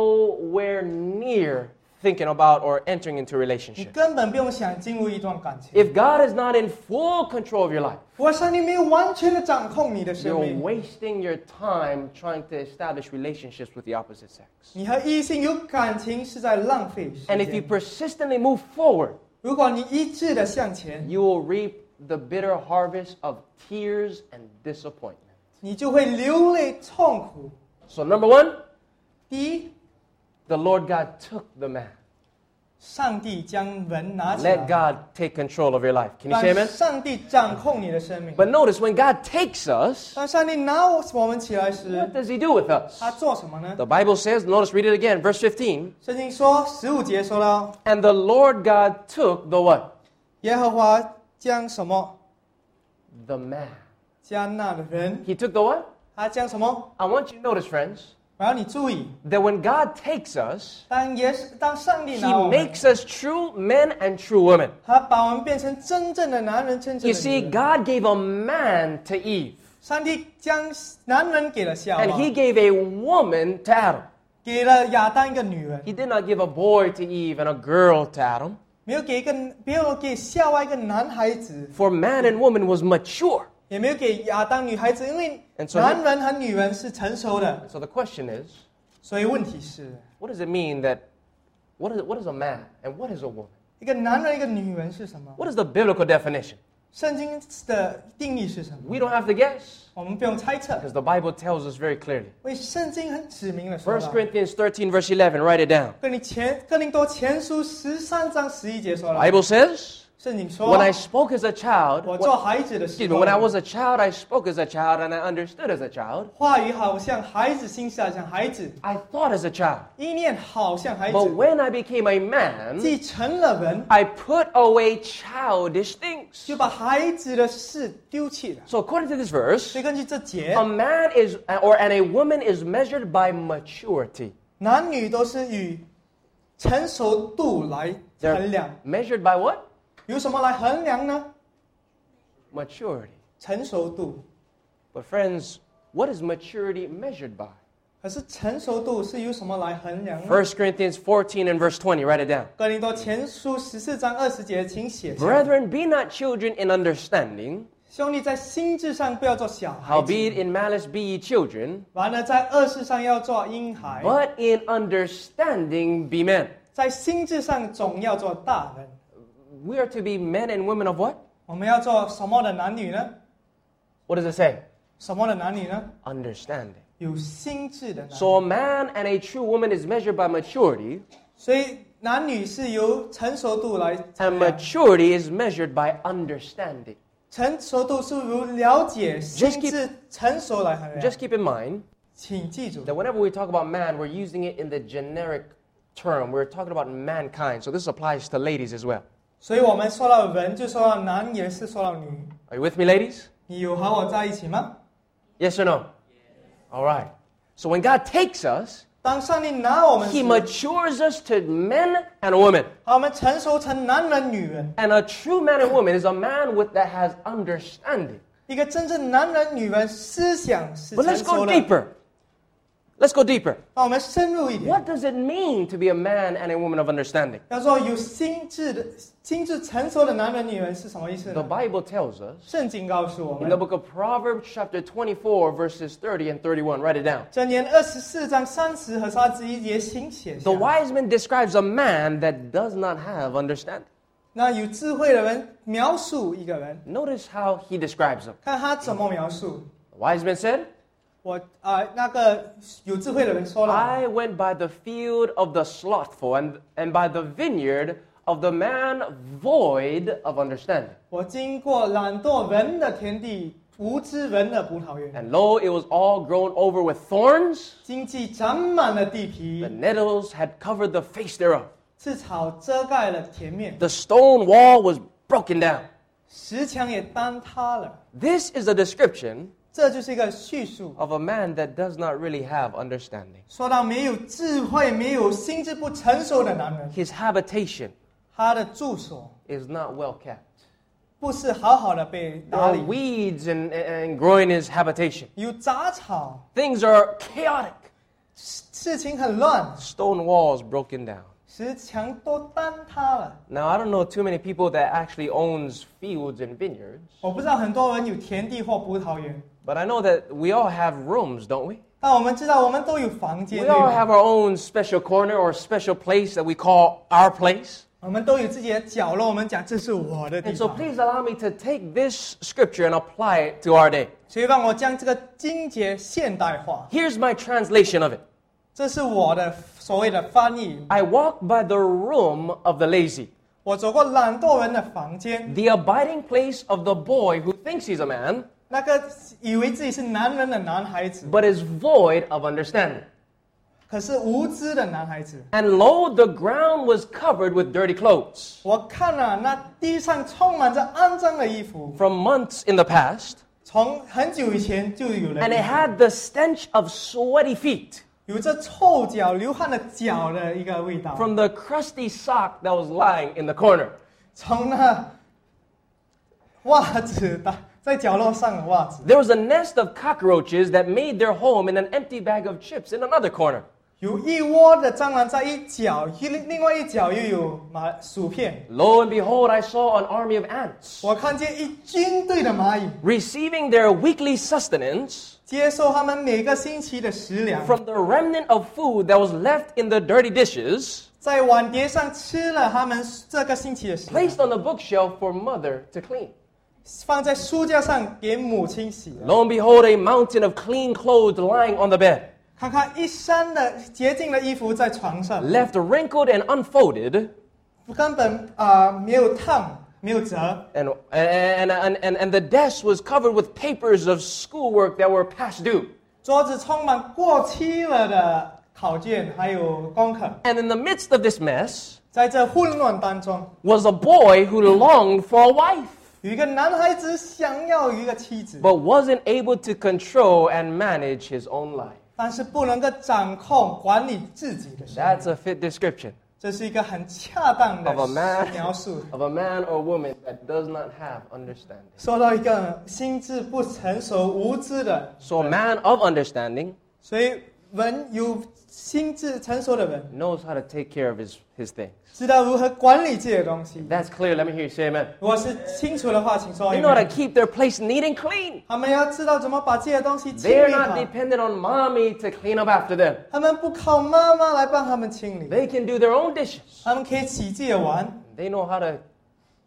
nowhere near thinking about or entering into a
你
relationship.
根本不用想进入一段感情。
If God is not in full control of your life,
我上帝没有完全的掌控你的
you're
生命，
wasting your time trying to establish relationships with the opposite sex.
你和异性有感情是在浪费时
And if you
间。
persistently move forward,
如果你一致的向前，
you will reap the bitter harvest of tears and disappointment.
你就会流泪痛苦。
So, number one,
第一，
the Lord God took the man.
上帝将人拿起
Let
来，
God take control of your life. Can you say
让
amen?
上帝掌控你的生命。
But notice when God takes us,
当上帝拿我们起来时
what，does He do with us?
他做什么呢？
The Bible says, notice, read it again, verse 15.
圣经说，十五节说了，
And the Lord God took the what?
耶和华将什么
The man.
将那的人，
He took the what?
他将什么？
I want you to notice, friends,
然后你注意，
that when God takes us,
当耶稣当上帝
He
拿我们，
makes us true men and true women.
他把我们变成真正的男人，真正
You
的
see,
女人。
God gave a man to Eve,
上帝将男人给了夏
and
娃，
He gave a woman to Adam.
给了亚当一个女人，
He did not give a boy to Eve and a girl to Adam,
没有给一个，没有给夏娃一个男孩子，
for man and woman was mature.
也没有给亚当女孩子，因为
And so-
男人和女人是成熟的。
So the question is,
所以问题是，
what does it mean that, what is, what is a man and what is a woman?
一个男人一个女人是什么？
What is the biblical definition?
圣经的定义是什么？
We don't have to guess
我们不用猜测，
because the Bible tells us very clearly.
为圣经很指明了说
1
了。
Corinthians 13, verse 11, write it down.
跟你前哥林多前书十三章十一节说了，
Bible says,
圣经说
when，I spoke as a child,
我
when-
做孩子的
excuse
时
me,
候
when I，was a child, I spoke as a child and I understood as a child.
话语好像孩子，心下像孩子，
I thought as a child.
意念好像孩子。
But when I became a man,
既成了人，
I put away childish things.
就把孩子的事丢弃了。
So according to this verse,
所以根据这节
a，man is or and a woman is measured by maturity.
男女都是以成熟度来衡量
They're。measured by what?
由什么来衡量呢？
Maturity.
成熟度。
But friends, what is maturity measured by?
可是成熟度是由什么来衡量呢？
1 Corinthians 14 and verse 20, write it down.
哥林多前书十四章二十节，请写下
Brethren, be not children in understanding,
兄弟在心智上不要做小孩子，
howbeit in malice be ye children,
完了在恶事上要做婴孩，
but in understanding be men.
在心智上总要做大人。
We are to be men and women of what?
我们要做什么的男女呢？
What does it say?
什么的男女呢？
Understanding.
有心智的男女。
So a man and a true woman is measured by maturity,
所以男女是由成熟度来
and
衡量，
maturity is measured by understanding.
成熟度是由了解心
Just keep-
智成熟来衡量
Just。keep in mind
请记住
that，whenever we talk about man, we're using it in the generic term. We're talking about mankind, so this applies to ladies as well.
所以我们说到人，就说到男，也是说到女。
Are you with me, ladies?
你有和我在一起吗？
Yes or no? All right. So when God takes us,
当上帝拿我们
He
时，
matures us to men and women.
把我们成熟成男人、女人。
And a true man and woman is a man with that has understanding.
一个真正男人、女人思想是
But
成
let's
熟
go
的。
deeper. Let's go deeper.
那我们深入一点，
What does it mean to be a man and a woman of understanding?
要说有心智的、心智成熟的男人、女人是什么意思
The
呢？
Bible tells us
圣经告诉我
in the
们，
book of Proverbs, chapter 24, verses 30 and 31. Write it down.
箴言二十四章三十和三十一节新写
The
下。
wise man describes a man that does not have understanding.
那有智慧的人描述一个人，
Notice how he describes him.
看他怎么描述。
The wise man said,
我啊、呃那个有智慧的人说了，
I went by the field of the slothful and, and by the vineyard of the man void of understanding.
我经过懒惰人的田地，无知人的葡萄园，
And lo, it was all grown over with thorns.
荆棘长满了地
The
皮，
nettles had covered the face thereof.
刺草遮盖了田面，
The stone wall was broken down.
石墙也坍塌了。
This is a description
这就是一个叙述。
of a man that does not really have understanding.
说到没有智慧、没有心智不成熟的男人，
His habitation
他的住所
is not well kept.
不是好好的被
There
打
are
理，
weeds and, and growing his habitation.
有杂草，
Things are chaotic.
事情很乱，
Stone walls broken down.
石墙都坍塌了。
Now, I don't know too many people that actually owns fields and vineyards,
我不知道很多人有田地或葡萄园，
but I know that we all have rooms, don't we?
但我们知道我们都有房间，
We
对吧
all have our own special corner or special place that we call our place.
我们都有自己的角落。我们讲这是我的地
And so
方，
please allow me to take this scripture and apply it to our day.
所以让我将这个经节现代化。
Here's my translation of it.
这是我的所谓的翻译。
I walked by the room of the lazy,
我走过懒惰人的房间，
the abiding place of the boy who thinks he's a man,
那个以为自己是男人的男孩子。
but is void of understanding.
可是无知的男孩子，
And lo, the ground was covered with dirty clothes.
我看了、那地上充满着肮脏的衣服，
From months in the past,
从很久以前就有
and it
了，
had the stench of sweaty feet
有着臭脚、流汗的脚的一个味道，
from the crusty sock that was lying in the corner.
从那袜子的在角落上的袜子，
There was a nest of cockroaches that made their home in an empty bag of chips in another corner.
有一窝的蟑螂在一角，一另另外一角又有麻薯片。
Lo and behold, I saw an army of ants
我看见一军队的蚂蚁
receiving their weekly sustenance
接受他们每个星期的食粮，
from the remnant of food that was left in the dirty dishes
在碗碟上吃了他们这个星期的食粮。
placed on the bookshelf for mother to clean.
放在书架上给母亲洗了。
Lo and behold, a mountain of clean clothes lying on the bed,
看看一身的洁净的衣服在床上，
left wrinkled and unfolded,
根本啊、呃没有烫，没有折，
and, and, and, and, and the desk was covered with papers of schoolwork that were past due.
桌子充满过期了的考卷还有功课。
And in the midst of this mess,
在这混乱当中，
was a boy who longed for a wife,
有一个男孩子想要一个妻子，
but wasn't able to control and manage his own life.
但是不能够掌控管理自己的生活。
That's a fit description
这是一个很恰当的
Of a man
描述。
of a man or woman that does not have understanding.
说到一个心智不成熟、无知的
So, a man of understanding
所以人有心智成熟的人，
knows how to take care of his, his things.
知道如何管理自己的东西。
That's clear. Let me hear you say amen.
如果是清楚的话，请说
They know how to
amen。
keep their place neat and clean.
他们要知道怎么把自己的东西清
They're
理
not
好，
dependent on mommy to clean up after them.
他们不靠妈妈来帮他们清理，
They can do their own dishes.
他们可以洗自己的碗，
They know how to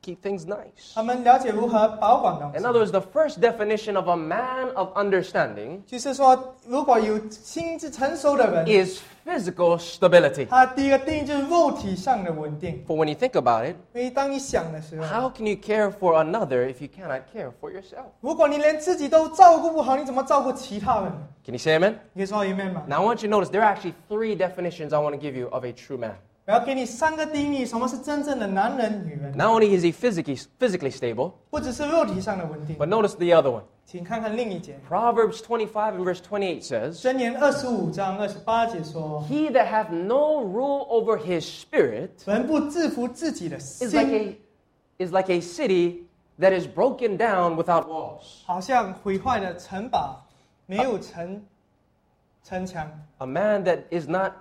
keep things nice.
他们了解如何保管
In
东西。
other words, the first definition of a man of understanding
就是说，如果有心智成熟的人，
is physical stability.
他第一个定义就是肉体上的稳定。
For when you think about it,
因为当你想的时候，
how can you care for another if you cannot care for yourself?
如果你连自己都照顾不好，你怎么照顾其他人？
Can you say amen?
你可以说 amen 吗？
Now I want you to notice there are actually three definitions I want to give you of a true man.
我要给你三个定义，什么是真正的男人、女人，
Not only is he physically physically stable,
不只是肉体上的稳定。
but notice the other one.
请看看另一节，
Proverbs 25 and verse 28 says,
箴言二十五章二十八节说
He that hath no rule over his spirit：“
人不制服自己的
is like
心，
a is like a city that is broken down without walls.
好像毁坏了城堡，没有城城墙。
A man that is not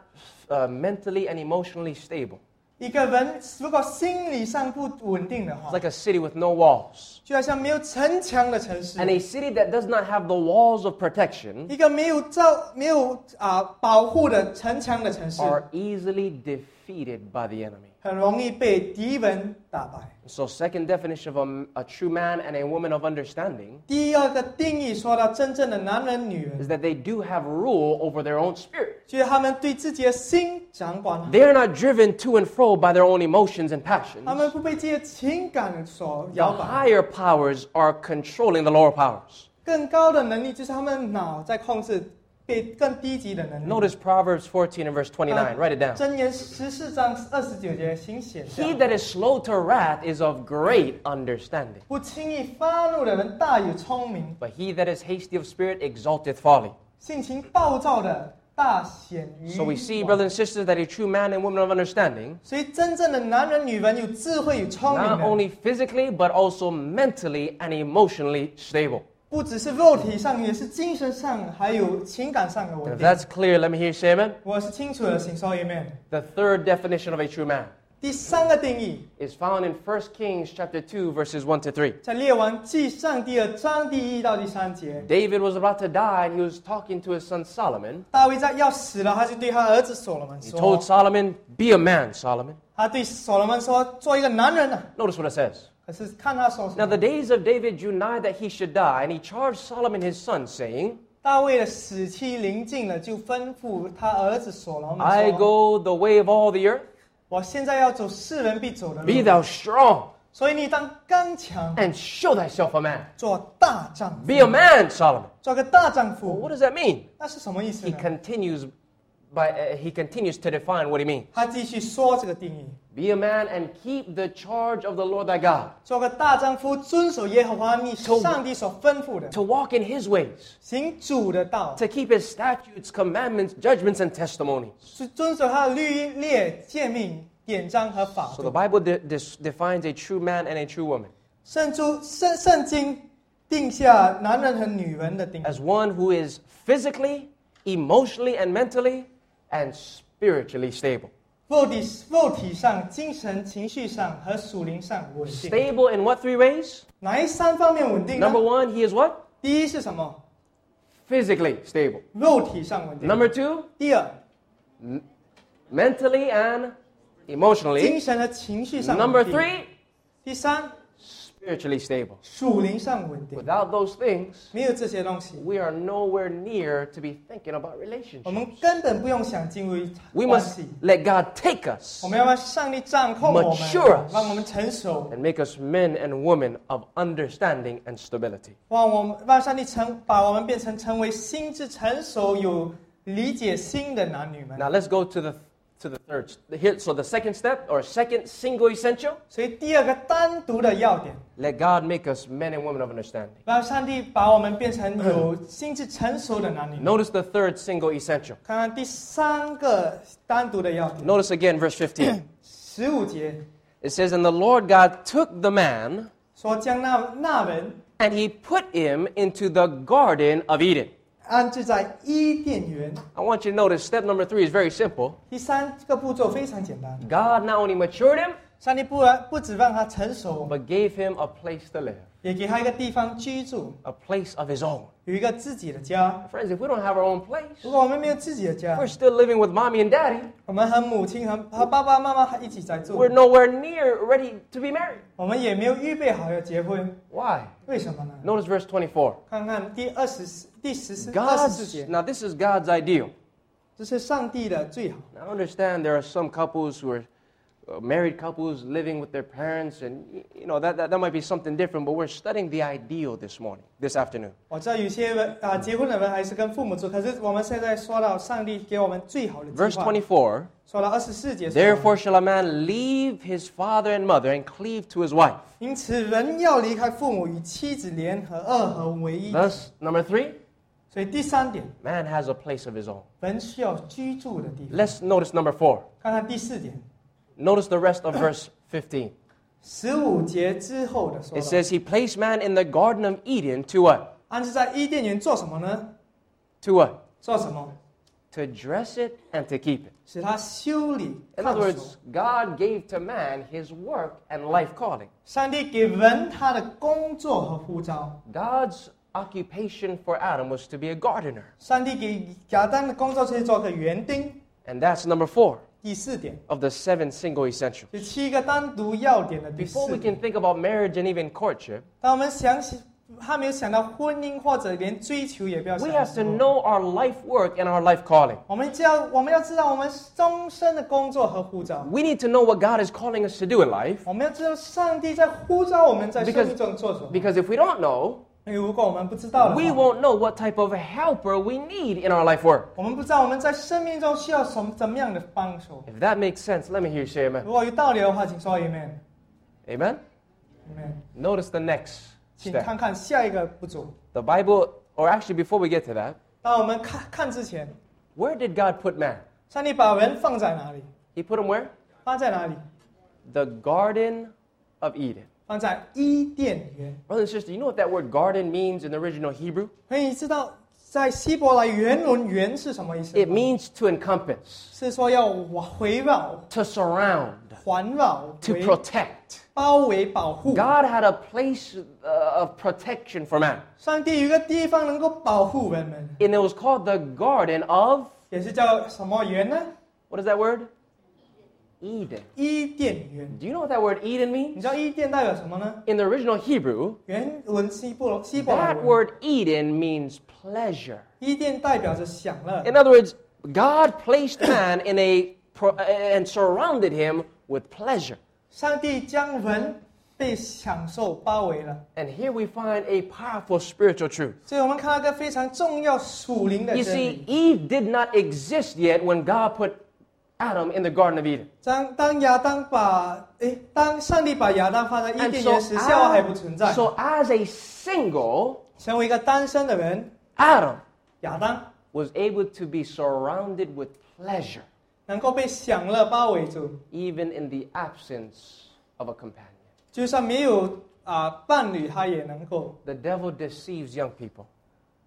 uh, mentally and emotionally stable.
一个人如果心理上不稳定的话
It's，like a city with no walls.
就好像没有城墙的城市，
And a city that does not have the walls of protection
一个没有造、没有啊、保护的城墙的城市，
are easily defeated by the enemy.
很容易被敌人打败。
So, second definition of a, a true man and a woman of understanding
第二个定义说到真正的男人、女
is
人，
that they do have rule over their own spirit.
就是他们对自己的心掌管啊好，
They are not driven to and fro by their own emotions and passions.
他们不被自己的情感所
The
摇摆。
higher powers are controlling the lower powers.
更高的能力就是他们脑在控制被更低级的能力。
Notice Proverbs 14 and verse 29. Write it down.
箴言十四章二十九节，请写下
He that is slow to wrath is of great understanding,
不轻易发怒的人大有聪明，
but he that is hasty of spirit exalteth folly.
性情暴躁的大显于。
So we see, brothers and sisters, that a true man and woman of understanding,
所以真正的男人、女人有智慧、有聪明
not
的，
only physically but also mentally and emotionally stable.
不只是肉体上，也是精神上，还有情感上的
And
稳
if
定。
that's clear, let me hear you say amen.
我是清楚的，请说 Amen。
The third definition of a true man
第三个定义，
is found in 1 Kings chapter 2, verses 1 to 3.
在列王记上第二章第一到第三节，
David was about to die and he was talking to his son Solomon.
大卫在要死了，他就对他儿子所罗门
He
说
told：“ Solomon, Be a man, Solomon.
他对所罗门说，做一个男人啊。
Notice what it says.
可是看他说什
Now
么
the。days of David drew nigh that he should die, and he charged Solomon his son, saying,
大卫的死期临近了，就吩咐他儿子所罗门
I
说
go the way of all the earth,：“
我现在要走世人必走的
be
路，
thou strong,
所以你当刚强，
and show thyself a man.
做大丈夫，
Be a man, Solomon.
做个大丈
Well,
夫。
what does that mean? ”
那是什么意思
He
呢？
continues by uh, he continues to define what he means.
他继续说这个定义：
Be a man and keep the charge of the Lord thy God,
做个大丈夫，遵守耶和华你上帝所吩咐的，
to walk in his ways,
行主的道，
to keep his statutes, commandments, judgments, and testimonies.
是遵守他的律例、诫命、典章和法
So the
度。
Bible de- dis- defines a true man and a true woman
圣主圣圣经定下男人和女人的定义。
as one who is physically, emotionally, and mentally, and spiritually stable.
肉体肉体上、精神、情绪上和属灵上稳定。
Stable in what three ways?
哪一三方面稳定呢
Number？one, he is what?
第一是什么？
Physically stable.
肉体上稳定。
Number two,
第二，
mentally and
精
emotionally.
神和情绪上
Number
稳定。
three,
第三，
spiritually stable.
属灵上稳定。
Without those things,
没有这些东西，
we are nowhere near to be thinking about
我
relationships.
们根本不用想进入一
We
关
must
系。
let God take us
我们要让上帝掌控我
Mature
们，
us
让我们成熟，
and make us men and women of understanding and stability.
让我们让上帝成把我们变成成为心智成熟、有理解心的男女们。
Now let's go to the to the third. st- Here, so the second step or second single essential,
所以第二个单独的要点，
let God make us men and women of understanding.
让上帝把我们变成有心智成熟的男女。
Notice the third single essential.
看看第三个单独的要点，
Notice again verse 15.
十五节
It says, And the Lord God took the man
说将那那人
and he put him into the Garden of Eden.
安置在伊甸园。
I want you to notice step number three is very simple.
第三个步骤非常简单，
God not only matured him,
上帝不然不只让他成熟，
but gave him a place to live,
也给他一个地方居住，
a place of his own.
有一个自己的家。
Friends, if we don't have our own place,
如果我们没有自己的家
we're，still living with mommy and daddy.
我们和母亲和和爸爸妈妈还一起在住
We're，nowhere near ready to be married.
我们也没有预备好要结婚，
Why?
为什么呢？
Notice verse 24.
看看第二十四、第十四、二十四
God's,
节，
now this is God's ideal.
这是上帝的最好。
Now, I understand there are some couples who are uh, married couples living with their parents, and y- you know that, that, that might be something different, but we're studying the ideal this morning, this afternoon.
我知道哦有些人啊，结婚的人还是跟父母住，可是我们现在说到上帝给我们最好的
Verse
计划，
24
说到二十四节说到
Therefore shall a man leave his father and mother and cleave to his wife.
因此人要离开父母与妻子联合，二合为一。
Thus, number three,
所以第三点，
man has a place of his own.
人需要居住的地方。
Let's notice number four.
看看第四点，
Notice the rest of verse 15.
十五节之后的说
It
到，
says, He placed man in the Garden of Eden to what?
安置在伊甸园做什么呢？
To what?
做什么？
to dress it and to keep it.
使他修理
In
看
other
守。
words, God gave to man his work and life calling.
上帝给人他的工作和呼召。
God's occupation for Adam was to be a gardener.
上帝给亚当的工作是做个园丁。
And that's number four
第四点，
of the seven single essentials.
就七个单独要点的第
Before
四
we
点。
can think about marriage and even courtship,
当我们想起还没有想到婚姻或者连追求也不要想
we
的
have to
时候，
know our life work and our life calling.
我们就要我们要知道我们终身的工作和呼召。
We need to know what God is calling us to do in life
我们要知道上帝在呼召我们在生
Because-
命中做什么。
because if we don't know,
因为如果我们不知道的
we
话，
won't know what type of helper we need in our life work.
我们不知道我们在生命中需要什么怎么样的帮手。
If that makes sense, let me hear you say amen.
如果有道理的话，请说 Amen。
Amen?
Amen。
Notice the next
请
step.
看看下一个步骤。
The Bible, or actually, before we get to that,
当我们看看之前，
where did God put man?
上帝把人放在哪里？
He put him where?
放在哪里？
The Garden of Eden.
放在伊甸园。
Brother and sister, you know what that word garden means in the original Hebrew?
所以你知道，在希伯来原文“园”是什么意思
It
吗？
means to encompass,
是说要围绕、
to surround,
环绕、
to
围
protect.
包围、保护。
God had a place uh, of protection for man,
上帝有一个地方能够保护人们，
and it was called the Garden of
也是叫什么园呢？
what is that word? Eden.
伊甸园。
Do you know what that word Eden
你
means?
知道伊甸代表什么呢？
In the original Hebrew,
原文希伯来希伯来
that
文，
word Eden means pleasure.
伊甸代表着享乐。
In other words, God placed man in a pro- and surrounded him with pleasure.
上帝将人被享受包围了，
And here we find a powerful spiritual truth.
所以我们看到一个非常重要属灵的
You
真
see,
理。
Eve did not exist yet when God put Adam in the Garden of Eden.
当当亚当把诶，当上帝把亚当放在伊
And
甸
so,
园时，夏娃还不存
Adam-
在，
so as a single,
成为一个单身的人，
Adam
亚当
was able to be surrounded with pleasure,
能够被享乐包围住，
even in the absence of a companion.
就算没有啊、伴侣，他也能够。
The devil deceives young people,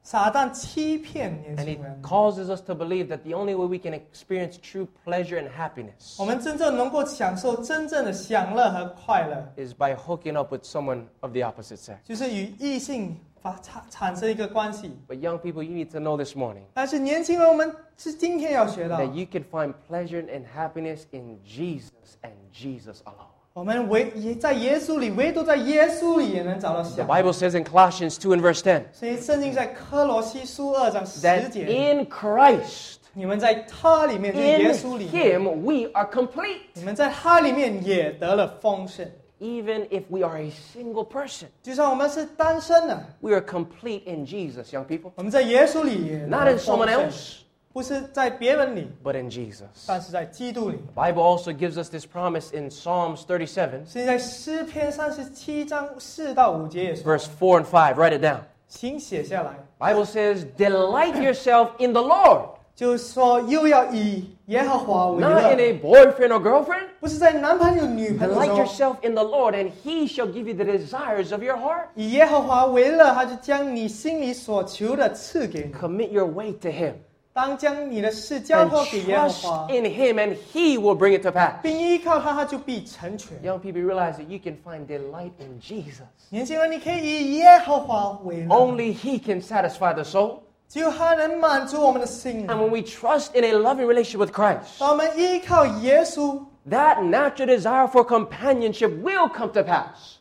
撒旦欺骗年
and
轻
it
人，
causes us to believe that the only way we can experience true pleasure and happiness
我们真正能够享受真正的享乐和快乐，
is by hooking up with someone of the opposite sex.
就是与异性发产产生一个关系。
But young people, you need to know this morning
但是年轻人，我们是今天要学到，
that you can find pleasure and happiness in Jesus and Jesus alone.
我们唯也在耶稣里，唯独在耶稣里也能找到
The
享。
Bible says in Colossians 2 and verse 10
所以圣经在科罗西书二章十
that
节，
in Christ,
你们在他里面，就是耶
in
稣里面，
Him, we are complete.
你们在他里面也得了丰盛。
Even if we are a single person,
就算我们是单身的，
we are complete in Jesus, young people.
我们在耶稣里也得
Not
了
in
丰
someone
盛，
else,
不是在别人里，
but in Jesus.
但是在基督里。
The Bible also gives us this promise in Psalms 37,
所以在诗篇三十七章四到五节也说，
verse 4 and 5. Write it down.
请写下来，
Bible says, Delight yourself in the Lord,
就是说又要以耶和华为
not
乐
in。a boyfriend or girlfriend.
不是在男朋友、女朋
Delight
友中，
yourself in the Lord, and He shall give you the desires of your heart.
以耶和华为乐，他就将你心里所求的赐给你。
Commit your way to Him.
当将你的事交
And
托给耶和
trust
华，
in Him, and He will bring it to pass.
并依靠他，他就必成全。
Young people realize that you can find delight in Jesus.
年轻人，你可以以耶和华为乐，
Only He can satisfy the soul.
只有他能满足我们的心灵。
And when we trust in a loving relationship with Christ,
当我们依靠耶稣，
that natural desire for companionship will come to pass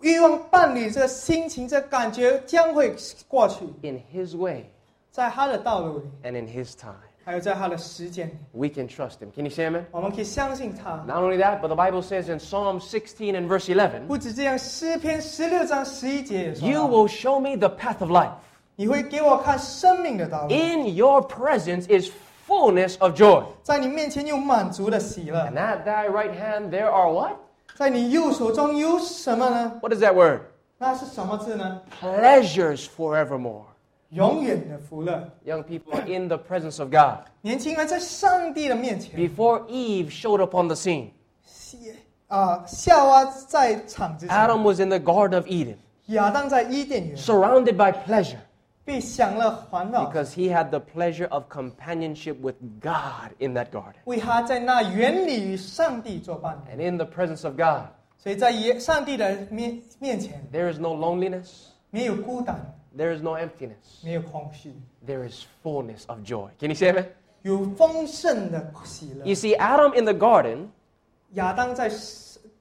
欲望伴侣这个心情、这个感觉将会过去，
in His way
在他的道路里，
and in His time.
还有在他的时间里，
We can trust Him. Can you say amen?
我们可以相信他。
Not only that, but the Bible says in Psalm 16 and verse 11,
不止这样，诗篇十六章十一节也说
You
到
will show me the path of life.
你会给我看生命的道路，
In your presence is fullness of joy.
在你面前有满足的喜乐，
And at thy right hand there are what?
在你右手中有什么呢？
What is that word?
那是什么字呢？
Pleasures forevermore.
永远的福乐。
Young people are in the presence of God.
年轻人在上帝的面前，
Before Eve showed up on the scene,
啊，夏娃在场之前，
Adam was in the Garden of Eden,
亚当在伊甸园，
surrounded by pleasure.
被享乐环绕，
because he had the pleasure of companionship with God in that garden
为他在那园里与上帝作伴。
and in the presence of God.
所以在耶上帝的面面前，
There is no loneliness,
没有孤单，
there is no emptiness,
没有空虚，
there is fullness of joy. Can you say amen?
有丰盛的喜乐
You。see, Adam in the garden,
亚当在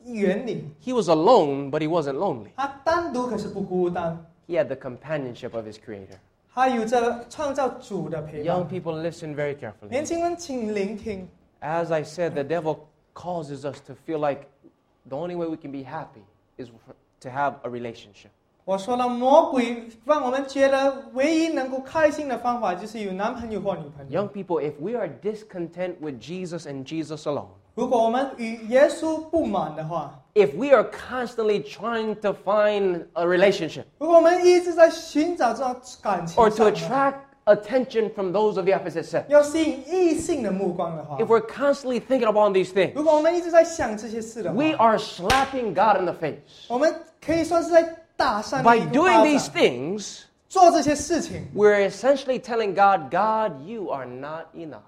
园里，
he was alone, but he wasn't lonely.
他单独可是不孤单，
He had the companionship of his Creator.
他有着创造主的陪
Young
伴。
people, listen very
年
carefully.
轻人，请聆听。
As I said, the devil causes us to feel like the only way we can be happy is to have a relationship.
我说了，魔鬼让我们觉得唯一能够开心的方法就是有男朋友或女朋友。
Young people, if we are discontent with Jesus and Jesus alone,
如果我们与耶稣不满的话，
if we are constantly trying to find a relationship
如果我们一直在寻找这种感情
or to
上的
attract attention from those of the opposite sex,
要吸引异性的目光的话，
if we're constantly thinking about these things,
如果我们一直在想这些事的
we
话，
are slapping God in the face.
我们可以说是在打上帝
By
一个巴
doing
掌
these things,
做这些事情，
we're essentially telling God, God, you are not enough.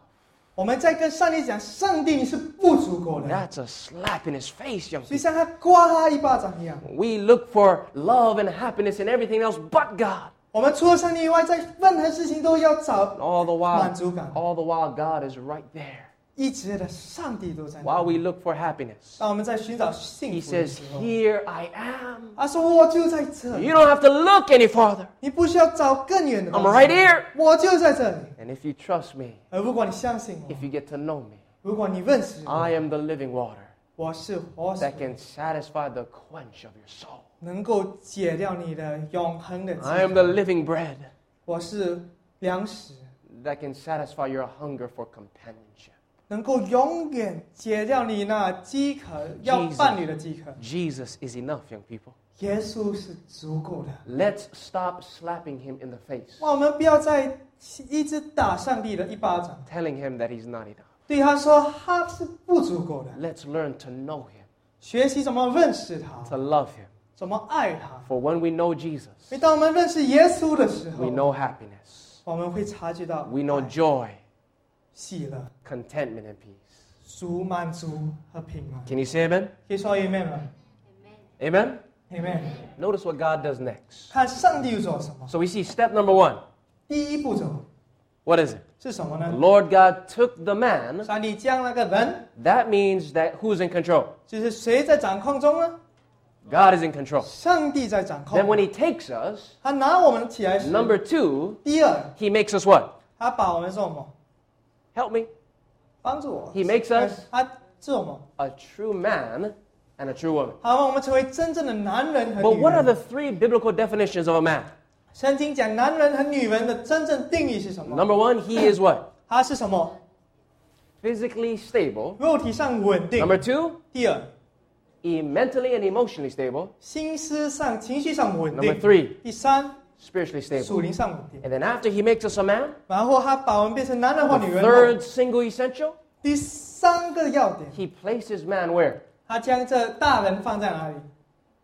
我们在跟上帝讲，上帝你是不足够的，
That's a slap in his face, young
就
people.
像他刮他一巴掌一样。
We look for love and happiness and everything else but God.
我们除了上帝以外，在任何事情都要找
And all the while,
满足感，
all the while, God is right there.
一直的上帝都在那。
While we look for happiness,
当我们在寻找
He
幸福的
says,
时候，
Here I am.
他说我就在这
You
里，
don't have to look any farther.
你不需要找更远的地
I'm
方。
right here.
我就在这里。
And if you trust me,
而如果你相信我
if，you get to know me,
如果你认识我，
I am the living water
我是活水
that，can satisfy the quench of your soul.
能够解掉你的永恒的
I am the
饥渴。
living bread
我是粮食，
that can satisfy your hunger for companionship.
能够永远解掉你那饥渴要
Jesus
伴侣的饥渴。
Jesus is enough, young people.
耶稣是足够的。
Let's stop slapping him in the face,
哇，我们不要再一直打上帝的一巴掌，
telling him that he's not enough.
对他说他是不足够的。
Let's learn to know him,
学习怎么认识他，
to love him.
怎么爱他。
For when we know Jesus,
每当我们认识耶稣的时
we
候，
know happiness,
我们会察觉到
we know
爱
joy,
喜乐、
contentment, and peace.
足满足和平安。
Can you say amen?
可以说 Amen 吗
Amen?
？Amen。
Notice what God does next.
看上帝又做什么？
So we see step number one.
第一步骤
What is it?
是什么
The
呢？
Lord God took the man.
上帝将那个人，
That means that who's in control?
就是谁在掌控中呢？
God is in control.
上帝在掌
Then when
控。
he takes us,
他拿我们起来时，
number two,
第二，
he makes us what?
他把我们做什么？
Help me.
帮助我。
He makes us-
他做什么？
A true man and a true woman.
他让我们成为真正的男人和
But
女
what are
人
the。three biblical definitions of a man?
圣经讲男人和女人的真正定义是什么？
Number one, he is what?
他是什么？
Physically stable.
肉体上稳定。
Number two,
第二，
he mentally and emotionally stable.
心思上、情绪上稳
Number
定。
three,
第三，
spiritually stable.
属灵上稳定。
And then after he makes us a man,
然后他把我们变成男人或
the
女人后。
third single essential,
第三个要点，
he places man where?
他将这大人放在哪里？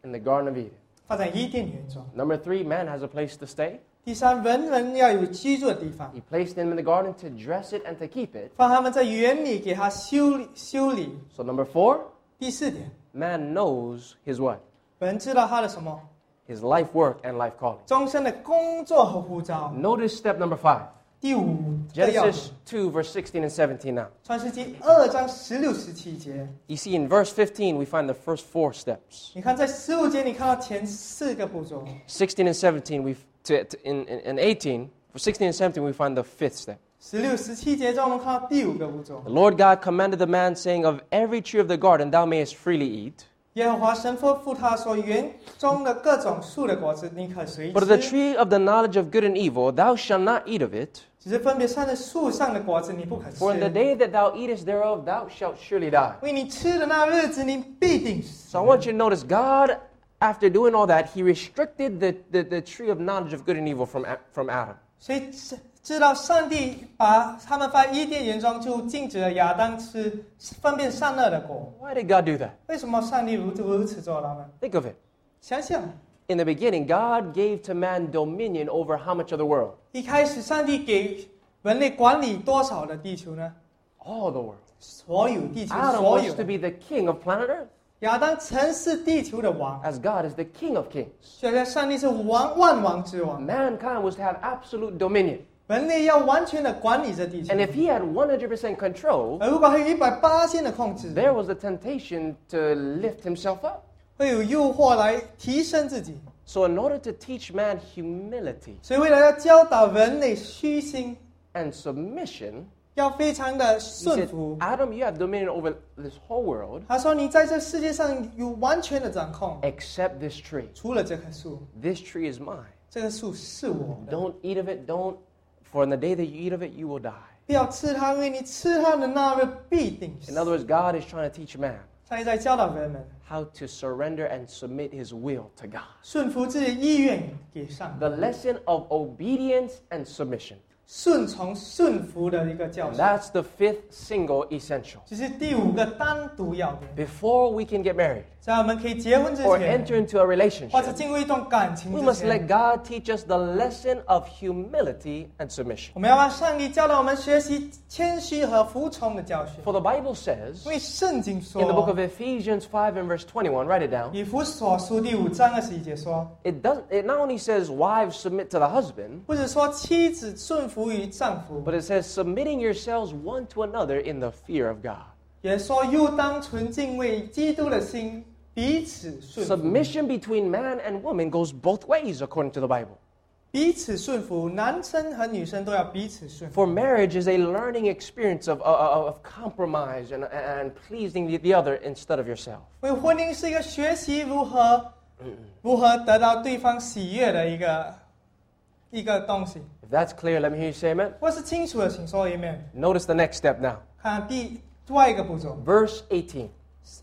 In the Garden of Eden.
放在伊甸园中。
Number three, man has a place to stay.
第三，人人要有居住的地方，
He placed them in the garden to dress it and to keep it.
放他们在园里给他修理修理。
So number four,
第四点，
man knows his what?
人知道他的什么？
His life work and life calling.
终身的工作和护照。
Notice step number five.
第五个要点，
Genesis 2, verse 16 and 17 now.
创世纪二章十六十七节。
You see, in verse 15, we find the first four steps.
你看，在十五节，你看到前四个步骤，
16 and 17, we to, to, in, in, in 18, for 16 and 17, we find the fifth step.
十六、十七节中，我们看到第五个步骤
The。Lord God commanded the man, saying, Of every tree of the garden thou mayest freely eat,
耶和华神吩咐他说：“园中的各种树的果子，你可随
but of the
吃；
tree of the knowledge of good and evil thou shalt not eat of it.
只是分别善的树上的果子，你不可吃
For。in the day that thou eatest thereof, thou shalt surely die.
为你吃的那日子，你必定死。”
So I want you to notice God, after doing all that, he restricted the, the, the tree of knowledge of good and evil from, A- from Adam.
所以知知道上帝把他们放伊甸园中，就禁止了亚当吃分辨善恶的果。
Why did God do that?
为什么上帝如如此做了呢？
Think of it.
想想，
in the beginning, God gave to man dominion over how much of the world?
一开始，上帝给人类管理多少的地球呢？
All the world.
所有地球，
Adam
所
was
有
to be the king of planet Earth,
亚当曾是地球的王，
as God is the king of kings.
所以上帝是王万王之王，
Mankind was to have absolute dominion.
人类要完全的管理这地球
And。if he had 100% control,
而如果还有一百八千的控制，
there was the temptation to lift himself up.
会有诱惑来提升自己。
So, in order to teach man humility
所以，为了要教导人类虚心，
and submission,
要非常的
he
顺
said,
服。
Adam, you have dominion over this whole world
他说：“你在这世界上有完全的掌控，
except this tree.
除了这棵树，
This tree is mine.
这棵树是我的，
Don't eat of it, don't, for in the day that you eat of it, you will die.
不要吃它，因为你吃它的那日必定死
In。other words, God is trying to teach man ”
上帝在教导人们
how to surrender and submit his will to God.
顺服自己的意愿给上帝，
The lesson of obedience and submission.
顺从顺服的一个教
And
导，
that's the fifth single essential.
这是第五个单独要点。
Before we can get married
在我们可以结婚之
or
前，
enter into a
或者
relationship,
进入一段感情
we
之
must let
前，
God teach us the lesson of humility and submission.
我们要让上帝教导我们学习谦虚和服从的教训。
For the Bible says
因为圣经说
in the book of Ephesians 5 and verse 21, write it down.
以弗所书第五章二十一节说。
It does it not only says wives submit to the husband,
或者说妻子顺服于丈夫，
but it says submitting yourselves one to another in the fear of God.
也说又当存敬畏基督的心，彼此顺服，
Submission between man and woman goes both ways according to the Bible.
彼此顺服，男生和女生都要彼此顺服。
For marriage is a learning experience of, of, of compromise and, and pleasing the, the other instead of yourself.
因为婚姻是一个学习如何
嗯
如何得到对方喜悦的一个一个东西。
If that's clear, let me hear you say amen.
或是清楚的，请说 Amen。
Notice the next step now.
看第外一个步骤，
Verse 18.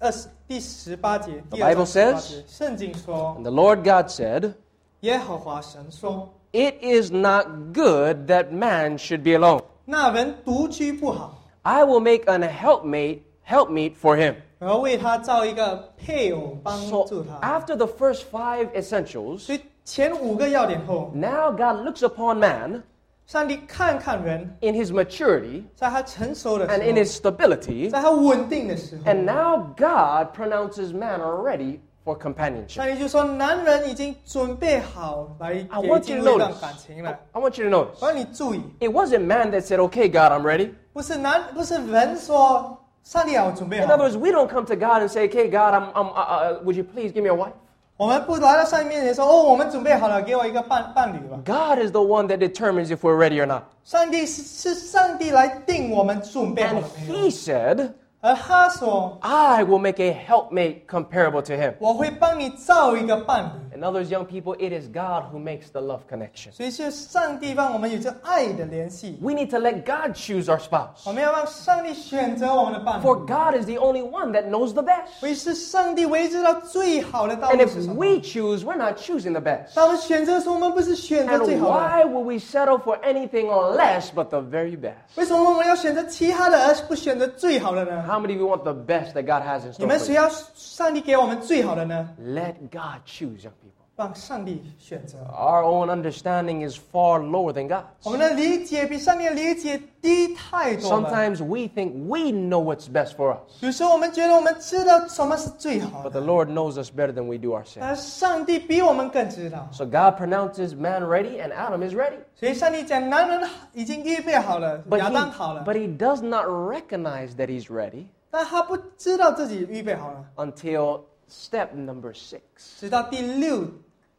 二十第十八节，
The
第二
Bible
章十八
says-
节，圣经说
And，the Lord God said,
耶和华神说，
It is not good that man should be alone.
那人独居不好。
I will make an helpmate, helpmeet for him.
然后为他造一个配偶帮助
So
他。
after the first five essentials,
所以前五个要点后，
now God looks upon man
上帝看看人，
in his maturity
在他成熟的
and
时
in
候，
his stability,
在他稳定的时候，
and now God pronounces man already for companionship.
上帝就说：“男人已经准备好来
I
给
want you
进
to
入一段
notice.
感情了。
I want you to ” notice.
我要你注意，
It wasn't man that said, okay, God, I'm ready.
不是男，不是人说上帝要准备
In
好
other。words, we don't come to God and say, okay, God, I'm, I'm, uh, uh, would you please give me a wife?
我们不来到上帝面前说：“哦，我们准备好了，给我一个伴伴侣吧。
God is the one that determines if we're ready or not. ”
上帝是是上帝来定我们准备好
And
了没有
he。said,
而他说
I will make a helpmate comparable to him.：“
我会帮你造一个伴侣。”
In others, young people, it is God who makes the love connection.
所以是上帝让我们有这爱的联系，
We need to let God choose our spouse.
我们要让上帝选择我们的伴
For
侣，
God is the only one that knows the best.
为是上帝为知道最好的道
And
路
if
是什么。
we choose, we're not choosing the best.
当我们选择的时候，我们不是选择最
And
好的，
why would we settle for anything less but the very best?
为什么我们要选择其他的，而不选择最好的呢？
How many of you want the best that God has in
你
store
们
for
谁
you?
要上帝给我们最好的呢？
Let God choose, young people.
让上帝选择。
Our own understanding is far lower than
我
God's.
们的理解比上帝的理解低太多了。
Sometimes we think we know what's best for us,
有时候我们觉得我们知道什么是最好
but
的，
the Lord knows us better than we do ourselves.
但是上帝比我们更知道。
So God pronounces man ready, and Adam is ready.
所以上帝讲，男人已经预备好了，
But
亚
he,
当好了。
but he does not recognize that he's ready
但他不知道自己预备好了，
until step number six.
直到第六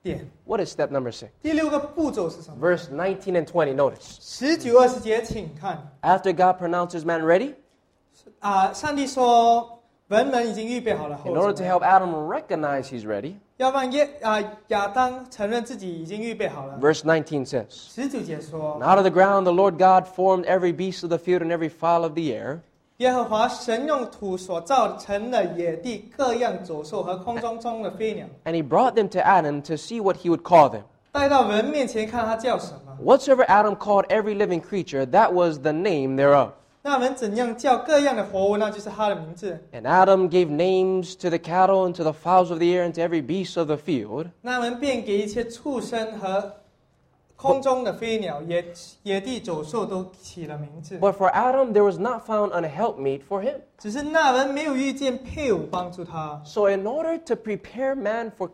点，
What is step number six?
第六个步骤是什么？
Verse 19 and 20, notice.
十九、二十节，请看
After God pronounces man ready,
啊！上帝说，人们已经预备好了
in
后
order to
怎么样
help Adam recognize he's ready,
要让耶啊亚当承认自己已经预备好了。
verse 19 says,
十九节
And
说，
out of the ground the Lord God formed every beast of the field and every fowl of the air,
耶和华神用土所造成的野地各样走兽和空中中的飞鸟，
and he brought them to Adam to see what he would call them.
带到人面前看他叫什么。
Whatsoever Adam called every living creature, that was the name thereof.
那那人怎样叫各样的活物，那就是他的名字。
And Adam gave names to the cattle and to the fowls of the air and to every beast of the field.
那人便给一切畜生和空中的飞鸟、野野地走兽都起了名字。
But for Adam, there was not found an helpmeet for him.
只是那人没有遇见配偶帮助他，
So, in order to prepare man for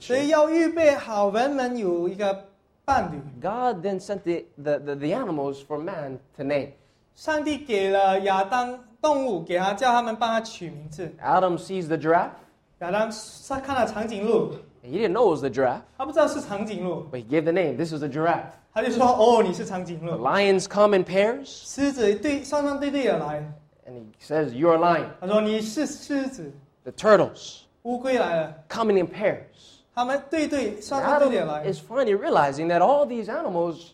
所
companionship,
以要预备好人们有一个伴侣。
God then sent the, the, the, the animals for man to name.
上帝给了亚当动物给他，叫他们帮他取名字。
Adam sees the giraffe.
亚当他看了长颈鹿，
He didn't know it was the giraffe,
他不知道是长颈鹿，
but he gave the name. This is a giraffe.
他就说：“哦，你是长颈
The
鹿。
lions come in ” pairs,
狮子对双双对对而来，
and he says, You're a lion.
他说：“你是狮子。
The turtles ”
乌龟来了，
coming in pairs.
他们对对
And
双双对对而
Adam
来
is。finally realizing that all these animals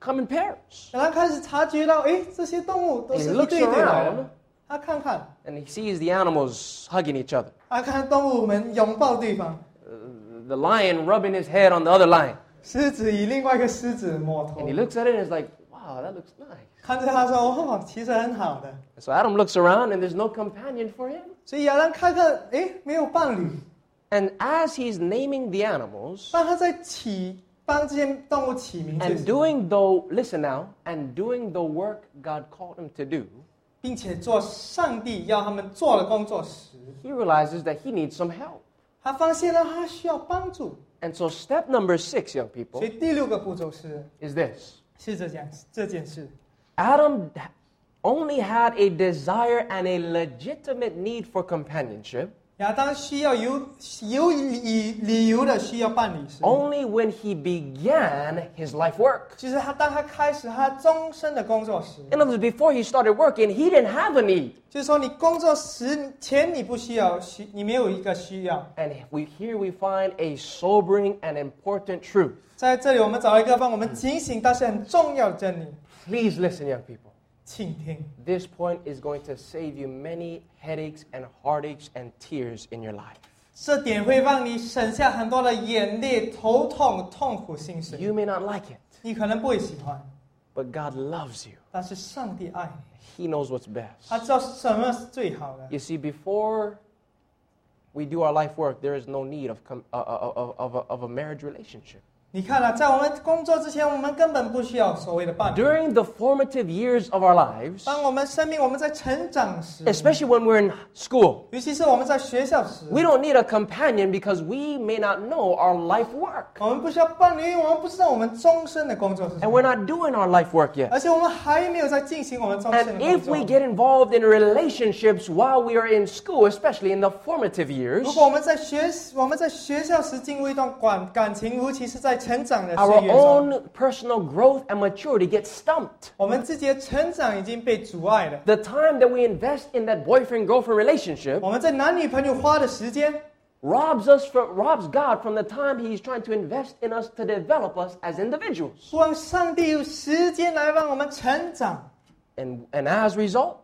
come in pairs.
亚当开始察觉到，诶，这些动物都
And he
是一
looks
对对来
around
的。他看看，
and he sees the animals hugging each other.
他看动物们拥抱对方，
Uh, The lion rubbing his head on the other lion.
狮子与另外一个狮子摸
And
头
he，looks at it and is like, wow, that looks nice.
看着他说：“哦，其实很好的。”
And so Adam looks around and there's no companion for him.
所以亚当看看，诶，没有伴侣，
And as he's naming the animals
帮他在起帮这些动物起名
and
字，
doing the, listen now, and doing the work God called him to do,
并且做上帝要他们做的工作时，
he realizes that he needs some help.
他发现了他需要帮助。
And so step number six, young
所
people,
以第六个步骤是
is this.
是这件这件事。
Adam only had a desire and a legitimate need for companionship
亚当需要有有理理由的需要伴侣时，
only when he began his life work.
就是他当他开始他终身的工作时，
In other words, before he started working, he didn't have a need.
就是说你工作时前你不需要需你没有一个需要。
And we, here we find a sobering and important truth.
在这里我们找到一个帮我们警醒，但是很重要的真理，
Please listen, young people.
请听。
This point is going to save you many headaches and heartaches and tears in your life.
这点会让你省下很多的眼泪、头痛、痛苦、心碎。
You may not like it,
你可能不会喜欢，
but God loves you.
但是上帝爱你，
He knows what's best.
他知道什么是最好的。
You see, before we do our life work, there is no need of, com- uh, of, of, a, of a marriage relationship.
你看了、在我们工作之前，我们根本不需要所谓的伴侣。
During the formative years of our lives,
当我们生命我们在成长时，
especially when we're in school,
尤其是我们在学校时，
we don't need a companion because we may not know our life work.
我们不需要伴侣，因为我们不知道我们终身的工作是什
And we're
么，
not doing our life work yet.
而且我们还没有在进行我们终身
And
的
if
工
we
作。
get involved in relationships while we are in school, especially in the formative years,
如果我们在学我们在学校时进入一段感感情，尤其是在成长的岁
our
月中。
own personal growth and maturity gets stumped.
我们自己的成长已经被阻碍了。
The time that we invest in that boyfriend girlfriend relationship
我们在男女朋友花的时间，
robs us from robs God from the time He's trying to invest in us to develop us as individuals.
希望上帝有时间来让我们成长，
And and as a result,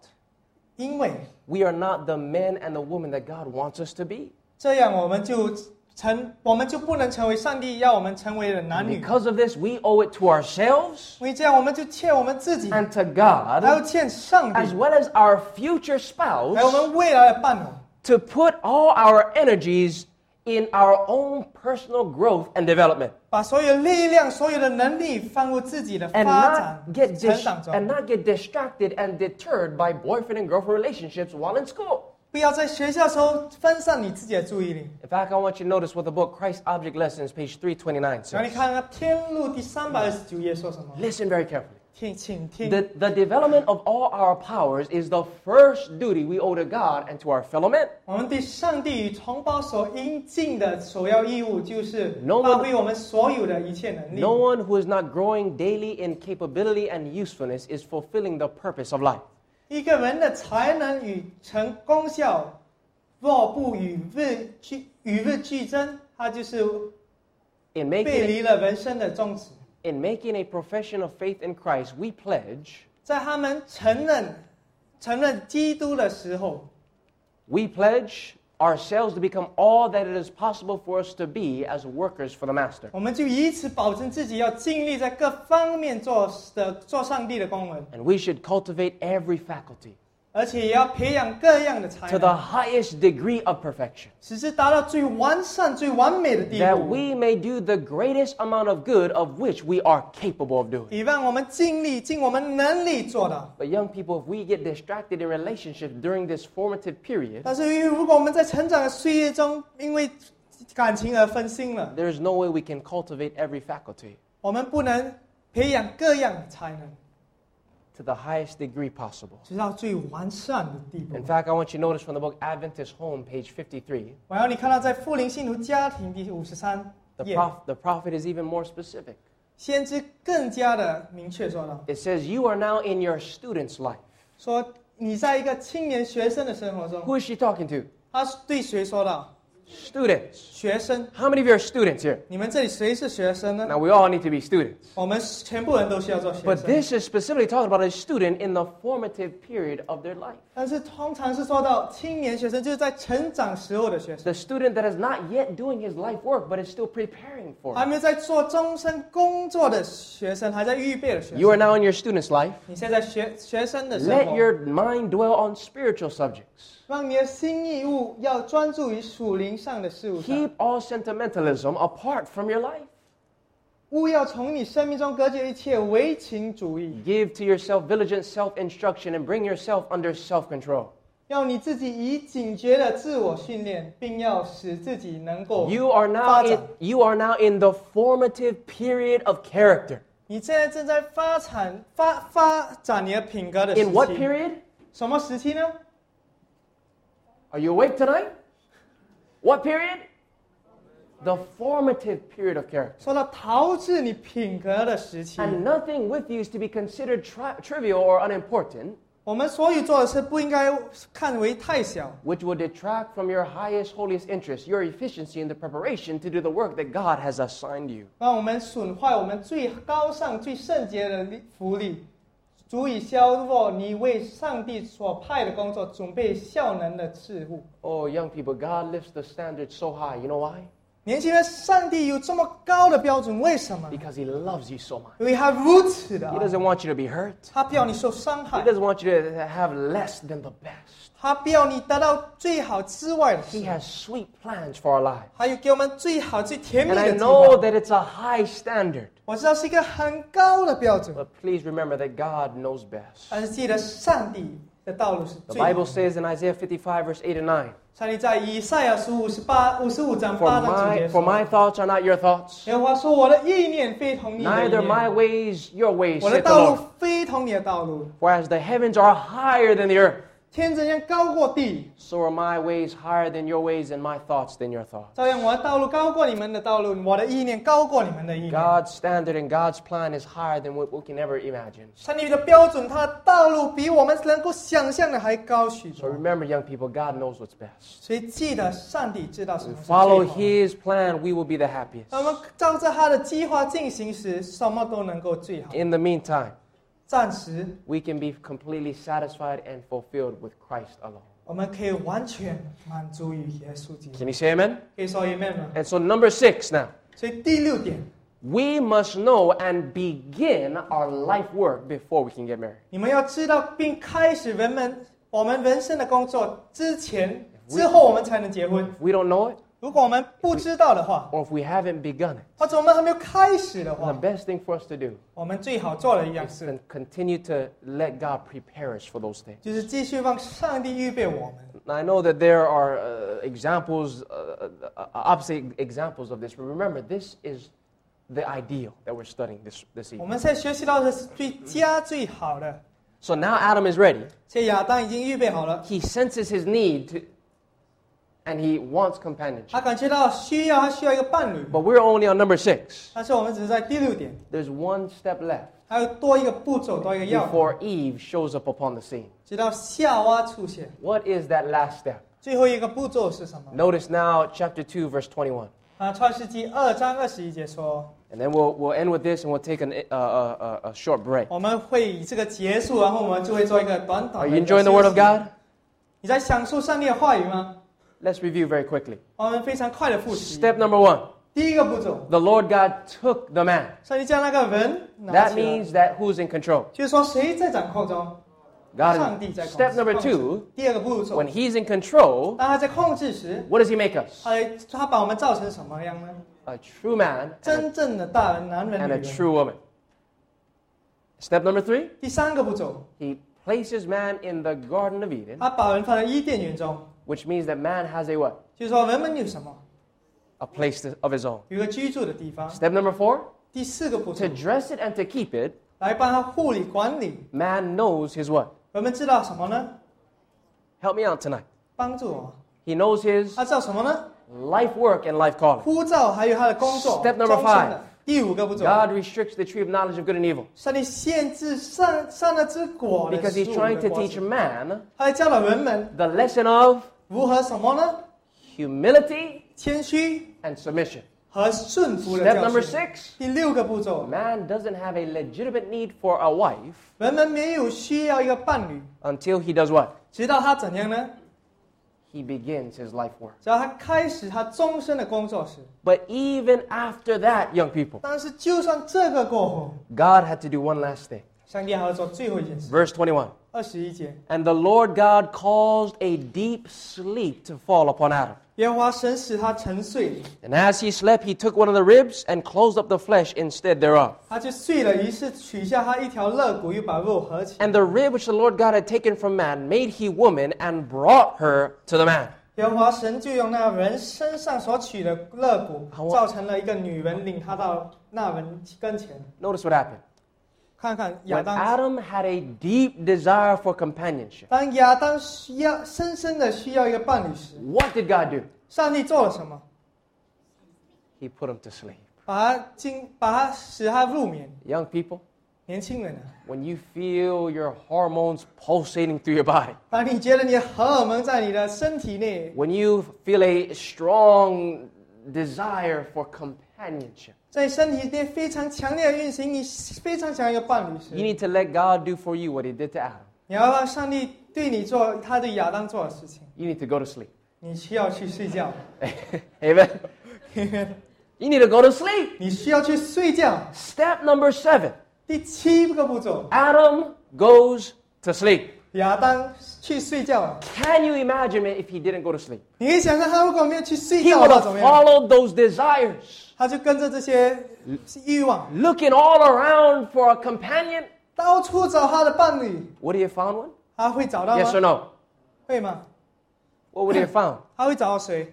因为
we are not the men and the women that God wants us to be.
这样我们就成，我们就不能成为上帝要我们成为的男
And
女。
because of this, we owe it to ourselves
因为这样，我们就欠我们自己，
and to
还有
God,
欠上
as
帝，
well as our future
还哎有
spouse,
我们未来的伴侣，
to put all our energies in our own personal growth and development
把所有力量、所有的能力放入自己的
and
发
not
展、
get
成
dis-
长
and
中。
not get distracted and deterred by boyfriend and girlfriend relationships while in school.
不要在学校时候分散你自己的注意力。
In fact, I want you to notice what the book Christ Object Lessons, page 329
然后你
says.
看看啊天路第三百二十九页说什么？
Listen very carefully.
听，请听。
The, the development of all our powers is the first duty we owe to God and to our fellow men.
我们对上帝与同胞所应尽的首要义务，就是发
No
挥我们所有的一切能
No
力。
one who is not growing daily in capability and usefulness is fulfilling the purpose of life.
一个人的才能与成功效，若不与日俱与日俱增，他就是
In
背
making,
离了人生的宗旨。
in making a profession of faith in Christ, we pledge,
在他们承认承认基督的时候，
we pledge ourselves to become all that it is possible for us to be as workers for the Master.
我们就以此保证自己要尽力在各方面做的做上帝的公文，
And we should cultivate every faculty
而且也要培养各样的才
to the
能，
highest degree of perfection,
使之达到最完善、最完美的地步
that。we may do the greatest amount of good of which we are capable of doing.
以让我们尽力尽我们能力做到。
But, young people, if we get distracted in relationships during this formative period,
但是，如果我们在成长的岁月中因为感情而分心了，
there is no way we can cultivate every faculty
我们不能培养各样的才能，
to the highest degree possible.
直到最完善的地步
In。fact, I want you to notice from the book Adventist Home, page 53,
我要你看到，在富林信徒家庭第五十三
the,
页，
prof- the prophet is even more specific.
先知更加的明确说到，
It says, You are now in your student's life.
说你在一个青年学生的生活中，
Who is she talking to?
他对谁说到？
Students.
学生，
How many of you are students here?
你们这里谁是学生呢？
Now, we all need to be students.
我们全部人都需要做学
But
生，
this is specifically talking about a student in the formative period of their life.
但是通常是说到青年学生，就是在成长时候的学生，
The student that is not yet doing his life work, but is still preparing for
还
it.
没有在做终身工作的学生，还在预备的学
You are
生。
now in your student's life.
你现在学学生的生
Let
活，
your mind dwell on spiritual subjects.
让你的心意物要专注于属灵上的事物上，
Keep all sentimentalism apart from your life.
勿要从你生命中隔绝一切唯情主义。
Give to yourself diligent self instruction and bring yourself under self control.
要你自己以警觉的自我训练，并要使自己能够。
You are now in,
Oh. Father.
you are now in the formative period of character.
你现在正在发展发发展你的品格的时
In what
期。
period?
什么时期呢？
Are you awake tonight? What period? The formative period of character.
说到陶冶你品格的时期，
And nothing with you is to be considered tri- trivial or unimportant,
我们所有做的事不应该看为太小，
which will detract from your highest, holiest interest, your efficiency in the preparation to do the work that God has assigned you.
让我们损坏我们最高尚、最圣洁的利福利，足以削弱你为上帝所派的工作准备效能的事物。
Oh, young people, God lifts the standard so high. You know why?
年轻人，上帝有这么高的标准，为什么？
Because He loves you so much.
因为他如此的
He
爱，
doesn't want you to be hurt.
他不要你受伤
He
害，
doesn't want you to have less than the best.
他不要你得到最好之外的
He
事，
has sweet plans for our lives.
还有给我们最好、最甜蜜
And I
的计
know
划。
that it's a high standard,
我知道是一个很高的标准，
but please remember that God knows best.
但是记得上帝的道路是
The
最好
Bible says in Isaiah 55, verse 8 and 9
上帝在以赛亚书五十八、五十五章
For
八章九
my,
节
for
说
my thoughts are not your：“ thoughts,
耶和华说，我的意念非同你的意
neither my
念，
ways your ways,
我的
saith the
道
Lord.
路非同你的道路。
For as the heavens are higher than the earth,
天怎样高过地，
so are my ways higher than your ways, and my thoughts than your thoughts.
照样我的道路高过你们的道路，我的意念高过你们的意念。”
God's standard and God's plan is higher than what we can ever imagine.
上帝的标准，他的道路比我们能够想象的还高许
So
多。
remember, young people, God knows what's best.
所以记得，上帝知道
If
什么
we
是最好
follow
的。
His plan, we will be the happiest.
当我们照着他的计划进行时，什么都能够最好。
In the meantime,
暂时，
we can be completely satisfied and fulfilled with Christ alone.
我们可以完全满足于耶稣基督。
Can you say amen?
可以说 Amen 吗？
And so, number six now.
所以第六点，
We must know and begin our life work before we can get married.
你们要知道并开始人们我们人生的工作之前、之后，我们才能结婚。
If we don't know it,
如果我们不知道的话，
or if we haven't begun it,
或者我们还没有开始的
then the
话，
best thing for us to do
我们最好做的一样
is
事
to continue to let God prepare us for those things.
就是继续让上帝预备我们。
Now, I know that there are uh, examples, uh, uh, opposite examples of this, but remember, this is the ideal that we're studying this, this
我
evening.
们现在学习到的是最佳最好的。
So now Adam is ready.
所以亚当已经预备好了，
He senses his need to, and he wants companionship.
他感觉到需要，他需要一个伴侣。
But we're only on number six.
但是我们只是在第六点，
There's one step left
还有多一个步骤，多一个要点，
before Eve shows up upon the scene.
直到夏娃出现。
What is that last step?
最后一个步骤是什么？
Notice now, chapter 2, verse 21.
啊，《创世纪》二章二十一节说，
And then we'll, we'll end with this and we'll take an, uh, uh, uh, a short break.
我们会以这个结束，然后我们就会做一个短
Are
短
you
的一个休
enjoying
息。
the Word of God?
你在享受上帝的话语吗？
Let's review very quickly.
我们非常快的复习。
Step number one
第一个步骤，
the Lord God took the man.
上帝将那个人拿
That
起来，
means that who's in control?
就是说谁在掌控中，上
God.
帝
is-
在控制。
Step number
控制
two
第二个步骤
when，he's in control,
当他在控制时，
what does he make us?
他他把我们造成什么样呢？
A true man and
真正的大人、
a,
男人、
and
女
a
人。
true woman. Step number three
第三个步骤，
he places man in the Garden of Eden,
他把人放在伊甸园中，
which means that man has a what?
就是说人们有什么，
A place to- of his own.
有一个居住的地方。
Step number four
第四个步骤
to，dress it and to keep it,
来帮他护理管理。
man knows his what?
人们知道什么呢？
Help me out tonight.
帮助我，
He knows his
他知道什么呢？
life work and life calling.
呼召还有他的工作。
Step number
终身的第五个步骤，
God restricts the tree of knowledge of good and evil
上帝限制善善恶之果的
because he's
15
trying to
个果子
teach man
他来教导人们
the lesson of
如何什么呢？
humility
谦虚
and submission.
和顺服的
Step
教
number
训。
six
第六个步骤，
man doesn't have a legitimate need for a wife
人们没有需要一个伴侣，
until he does what?
直到他怎样呢？
He begins his life work.
只要他开始他终身的工作时，
But even after that, young people,
但是就算这个过后，
God had to do one last thing.
上帝还要做最后一件事。
Verse 21.
二十一节，
And the Lord God caused a deep sleep to fall upon Adam.
耶和华神使他沉睡，
And as he slept, he took one of the ribs and closed up the flesh instead thereof.
他就睡了。于是取下他一条肋骨，又把肉合起。
And the rib which the Lord God had taken from man made he woman and brought her to the man.
耶和华神就用那人身上所取的肋骨
好，啊
造成了一个女人，领他到那人跟前。
Notice what happened.
看看亚
When
当，
Adam had a deep desire for companionship,
当亚当需要深深的需要一个伴侣时，
what did God do?
上帝做了什么？
He put him to sleep.
把他经，把他使他入眠。
Young people,
年轻人啊，
when you feel your hormones pulsating through your body,
当你觉得你的荷尔蒙在你的身体内，
when you feel a strong desire for companionship,
在身体内非常强烈的运行，你非常想要一个伴侣
you
时，
need to let God do for you what He did to Adam.
你要让上帝对你做他对亚当做的事情，
You need to go to sleep.
你需要去睡觉，
Amen. You need to go to sleep.
你需要去睡觉。
Step number seven
第七个步骤，
Adam goes to sleep.
亚当去睡觉了。
Can you imagine it if he didn't go to sleep?
你可以想象他如果没有去睡
He
觉
would
的话
have
怎么样？
followed those desires,
他就跟着这些欲望，
looking all around for a companion.
到处找他的伴侣。
Would he have found one?
他会找到吗
Yes or no?
会吗？
What would he have found?
他会找到谁？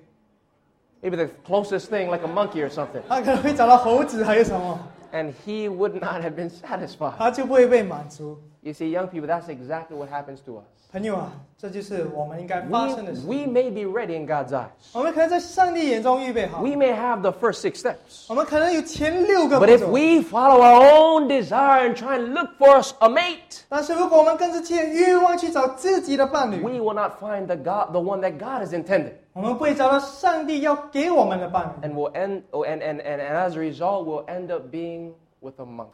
Maybe the closest thing, like a monkey or something.
他可能会找到猴子，还有什么？
And he would not have been satisfied.
他就不会被满足。
You see, young people, that's exactly what happens to us.
朋友啊，这就是我们应该发生的
We,
事。
we may be ready in God's eyes.
我们可能在上帝眼中预备好，
We may have the first six steps.
我们可能有前六个
But
步
if
骤。
we follow our own desire and try and look for us a mate,
但是如果我们跟着这些欲望去找自己的伴侣，
we will not find the God, the one that God has intended,
我们不会找到上帝要给我们的伴侣，
and will end. Oh, and, and, and, and as a result, we'll end up being with a monkey.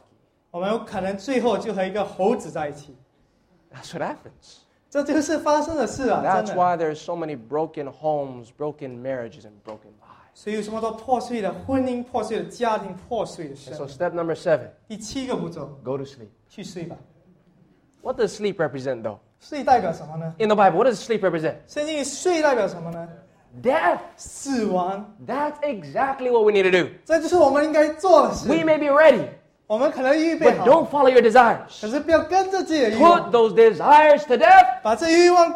我们可能最后就和一个猴子在一起。
That's what happens.
这就是发生的事啊！
That's
真的，
why there's so many broken homes, broken marriages, and broken lives.
所以有这么多破碎的婚姻、破碎的家庭、破碎的
And
生
so,
命。
step number seven:
第七个步骤，
go to sleep.
去睡吧。
What does sleep represent, though?
睡代表什么呢？
In the Bible, what does sleep represent?
圣经里睡代表什么呢？
Death.
死亡，
That's exactly what we need to do.
这就是我们应该做的
We
事。
may be ready,
我们可能预备
but
好，
don't follow your desires.
可是不要跟着自己的欲望
Put，those desires to death.
把这欲望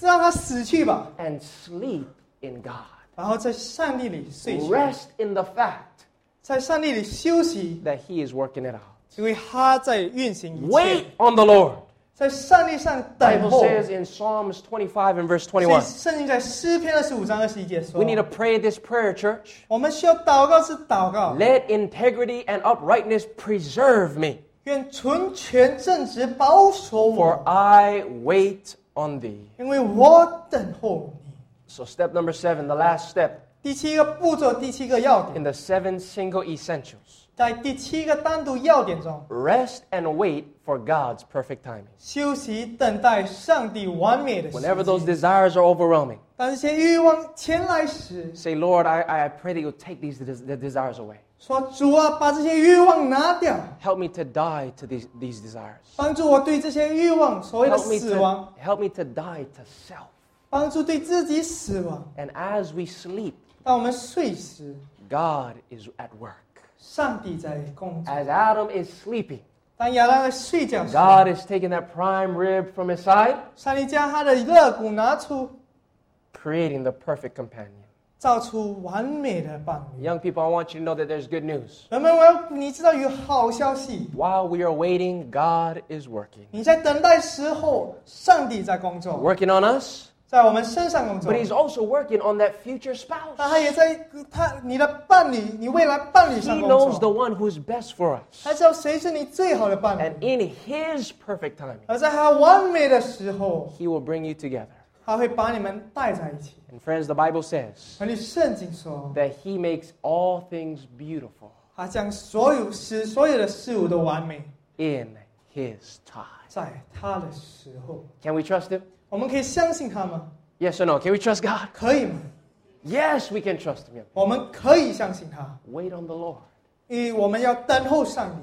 让它死去吧，
and sleep in God.
然后在上帝里睡去，
Rest in the fact
在上帝里休息，
that He is working it out.
因为他在运行一
Wait
切，
on the Lord.
在上帝上
Bible
等候。
says in Psalms 25 and verse
所以
21.
圣经在诗篇二十五章二十一节说
We need，to pray this prayer, church.
我们需要祷告是祷告，
Let integrity and uprightness preserve me,
愿纯全正直保守
for
我，
I wait on thee.
因为我等候你。
So, step number seven, the last step
第七个步骤，第七个要点，
in the seven single essentials.
在第七个单独要点中，
Rest and wait for God's perfect timing.
休息等待上帝完美的时
Whenever
机
those desires are overwhelming,
当这些欲望前来时，
say, Lord, I, I pray that you'll take these des- the desires away.
说主啊，把这些欲望拿掉，
Help me to die to these, these desires.
帮助我对这些欲望所谓的
Help me,
死
to,
亡，
help me to die to self.
帮助对自己死亡。
And as we sleep,
当我们睡时，
God is at work.
上帝在工作；
As Adam is sleeping,
当亚当在睡觉时，
God is taking that prime rib from his side,
上帝将他的肋骨拿出，
creating the perfect companion.
造出完美的伴侣。
Young people, I want you to know that there's good news.
人们，我要你知道有好消息。
While we are waiting, God is working.
你在等待时候，上帝在工作，
Working on us,
在我们身上工作
but。He's also working on that future spouse.
但他也在他你的伴侣，你未来伴侣
He
上工
knows the
作。
one who's best for us.
他知道谁是你最好的伴侣。
And in His perfect timing,
而在他完美的时候，
He will bring you together.
他会把你们带在一起。
And friends, the Bible says
而你圣经说，
that He makes all things beautiful
他将所有事、所有的事物都完美，
in His time.
在他的时候。
Can we trust Him?
我们可以相信他吗？
Yes or no? Can we trust God?
可以吗？
Yes, we can trust Him.
我们可以相信他，
Wait on the Lord,
因为我们要等候上帝，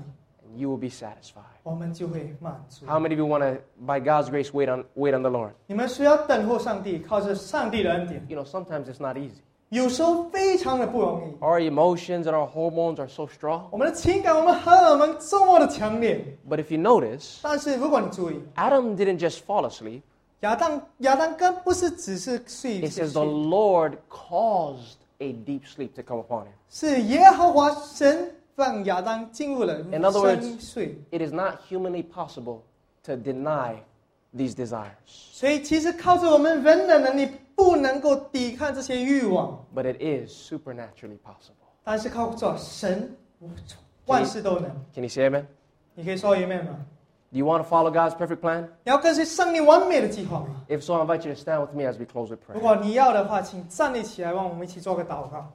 and you will be satisfied.
我们就会满足。
How many of you want to, by God's grace, wait on, wait on the Lord?
你们需要等候上帝，靠着上帝的恩典。
You know, sometimes it's not easy.
有时候非常的不容易，
Our emotions and our hormones are so strong.
我们的情感，我们荷尔蒙这么的强烈。
But if you notice,
但是如果你注意，
Adam didn't just fall asleep.
亚当亚当根不是只是睡
It
一
says
睡
the Lord caused a deep sleep to come upon him.
是耶和华神让亚当进入了
In other words-
深睡，
It is not humanly possible to deny these desires,
所以其实靠着我们人的能力不能够抵抗这些欲望，
but it is supernaturally possible.
但是靠着神万事都能。
Can you say amen?
你可以说 amen 吗？
Do you want to follow God's perfect plan?
你要跟随上帝完美的计划吗？
If so, I invite you to stand with me as we close with
如
prayer.
果你要的话，请站立起来，让我们一起做个祷告。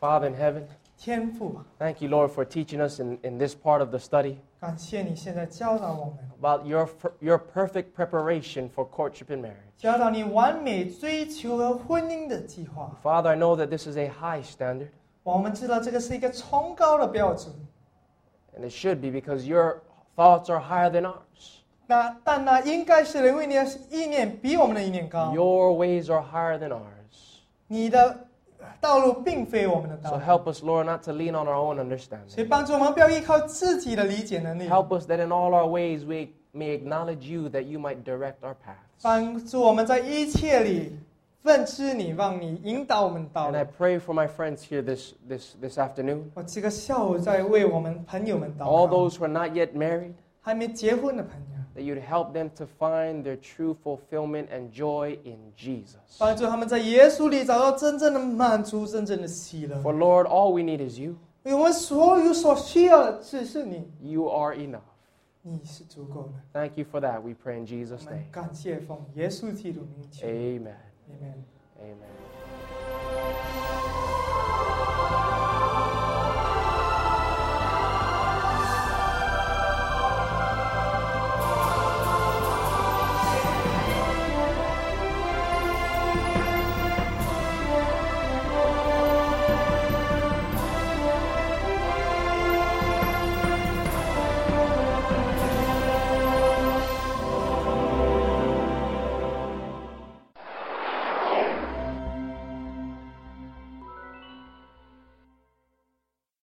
Father in heaven,
天父啊吧，
thank you, Lord, for teaching us in, in this part of the study
感谢你现在教导我们，
about your, fer- your perfect preparation for courtship and marriage.
教导你完美追求和婚姻的计划。
Father, I know that this is a high standard,
我们知道这个是一个崇高的标准，
and it should be because your thoughts are higher than ours.
那但那应该是因为你的意念比我们的意念高，
Your ways are higher than ours.
你的道路并非我们的道
So
路，
help us, Lord, not to lean on our own
所以
understanding.
帮助我们不要依靠自己的理解能力，
Help us that in all our ways we may acknowledge you that you might direct our paths.
帮助我们在一切里认知你，让你引导我们的道
And
路
I。pray for my friends here this, this, this afternoon,
我这个下午在为我们朋友们
all
祷告，
those who are not yet married,
还没结婚的朋友，
that you'd help them to find their true fulfillment and joy in Jesus.
帮助他们在耶稣里找到真正的满足，真正的喜乐。
For Lord, all we need is you.
因为我们所有所需要的只是你，
You are enough.
你是足够的。
Thank you for that. We pray in
我
Jesus'
们
name.
感谢奉耶稣基督名求
Amen.
，Amen。
Amen.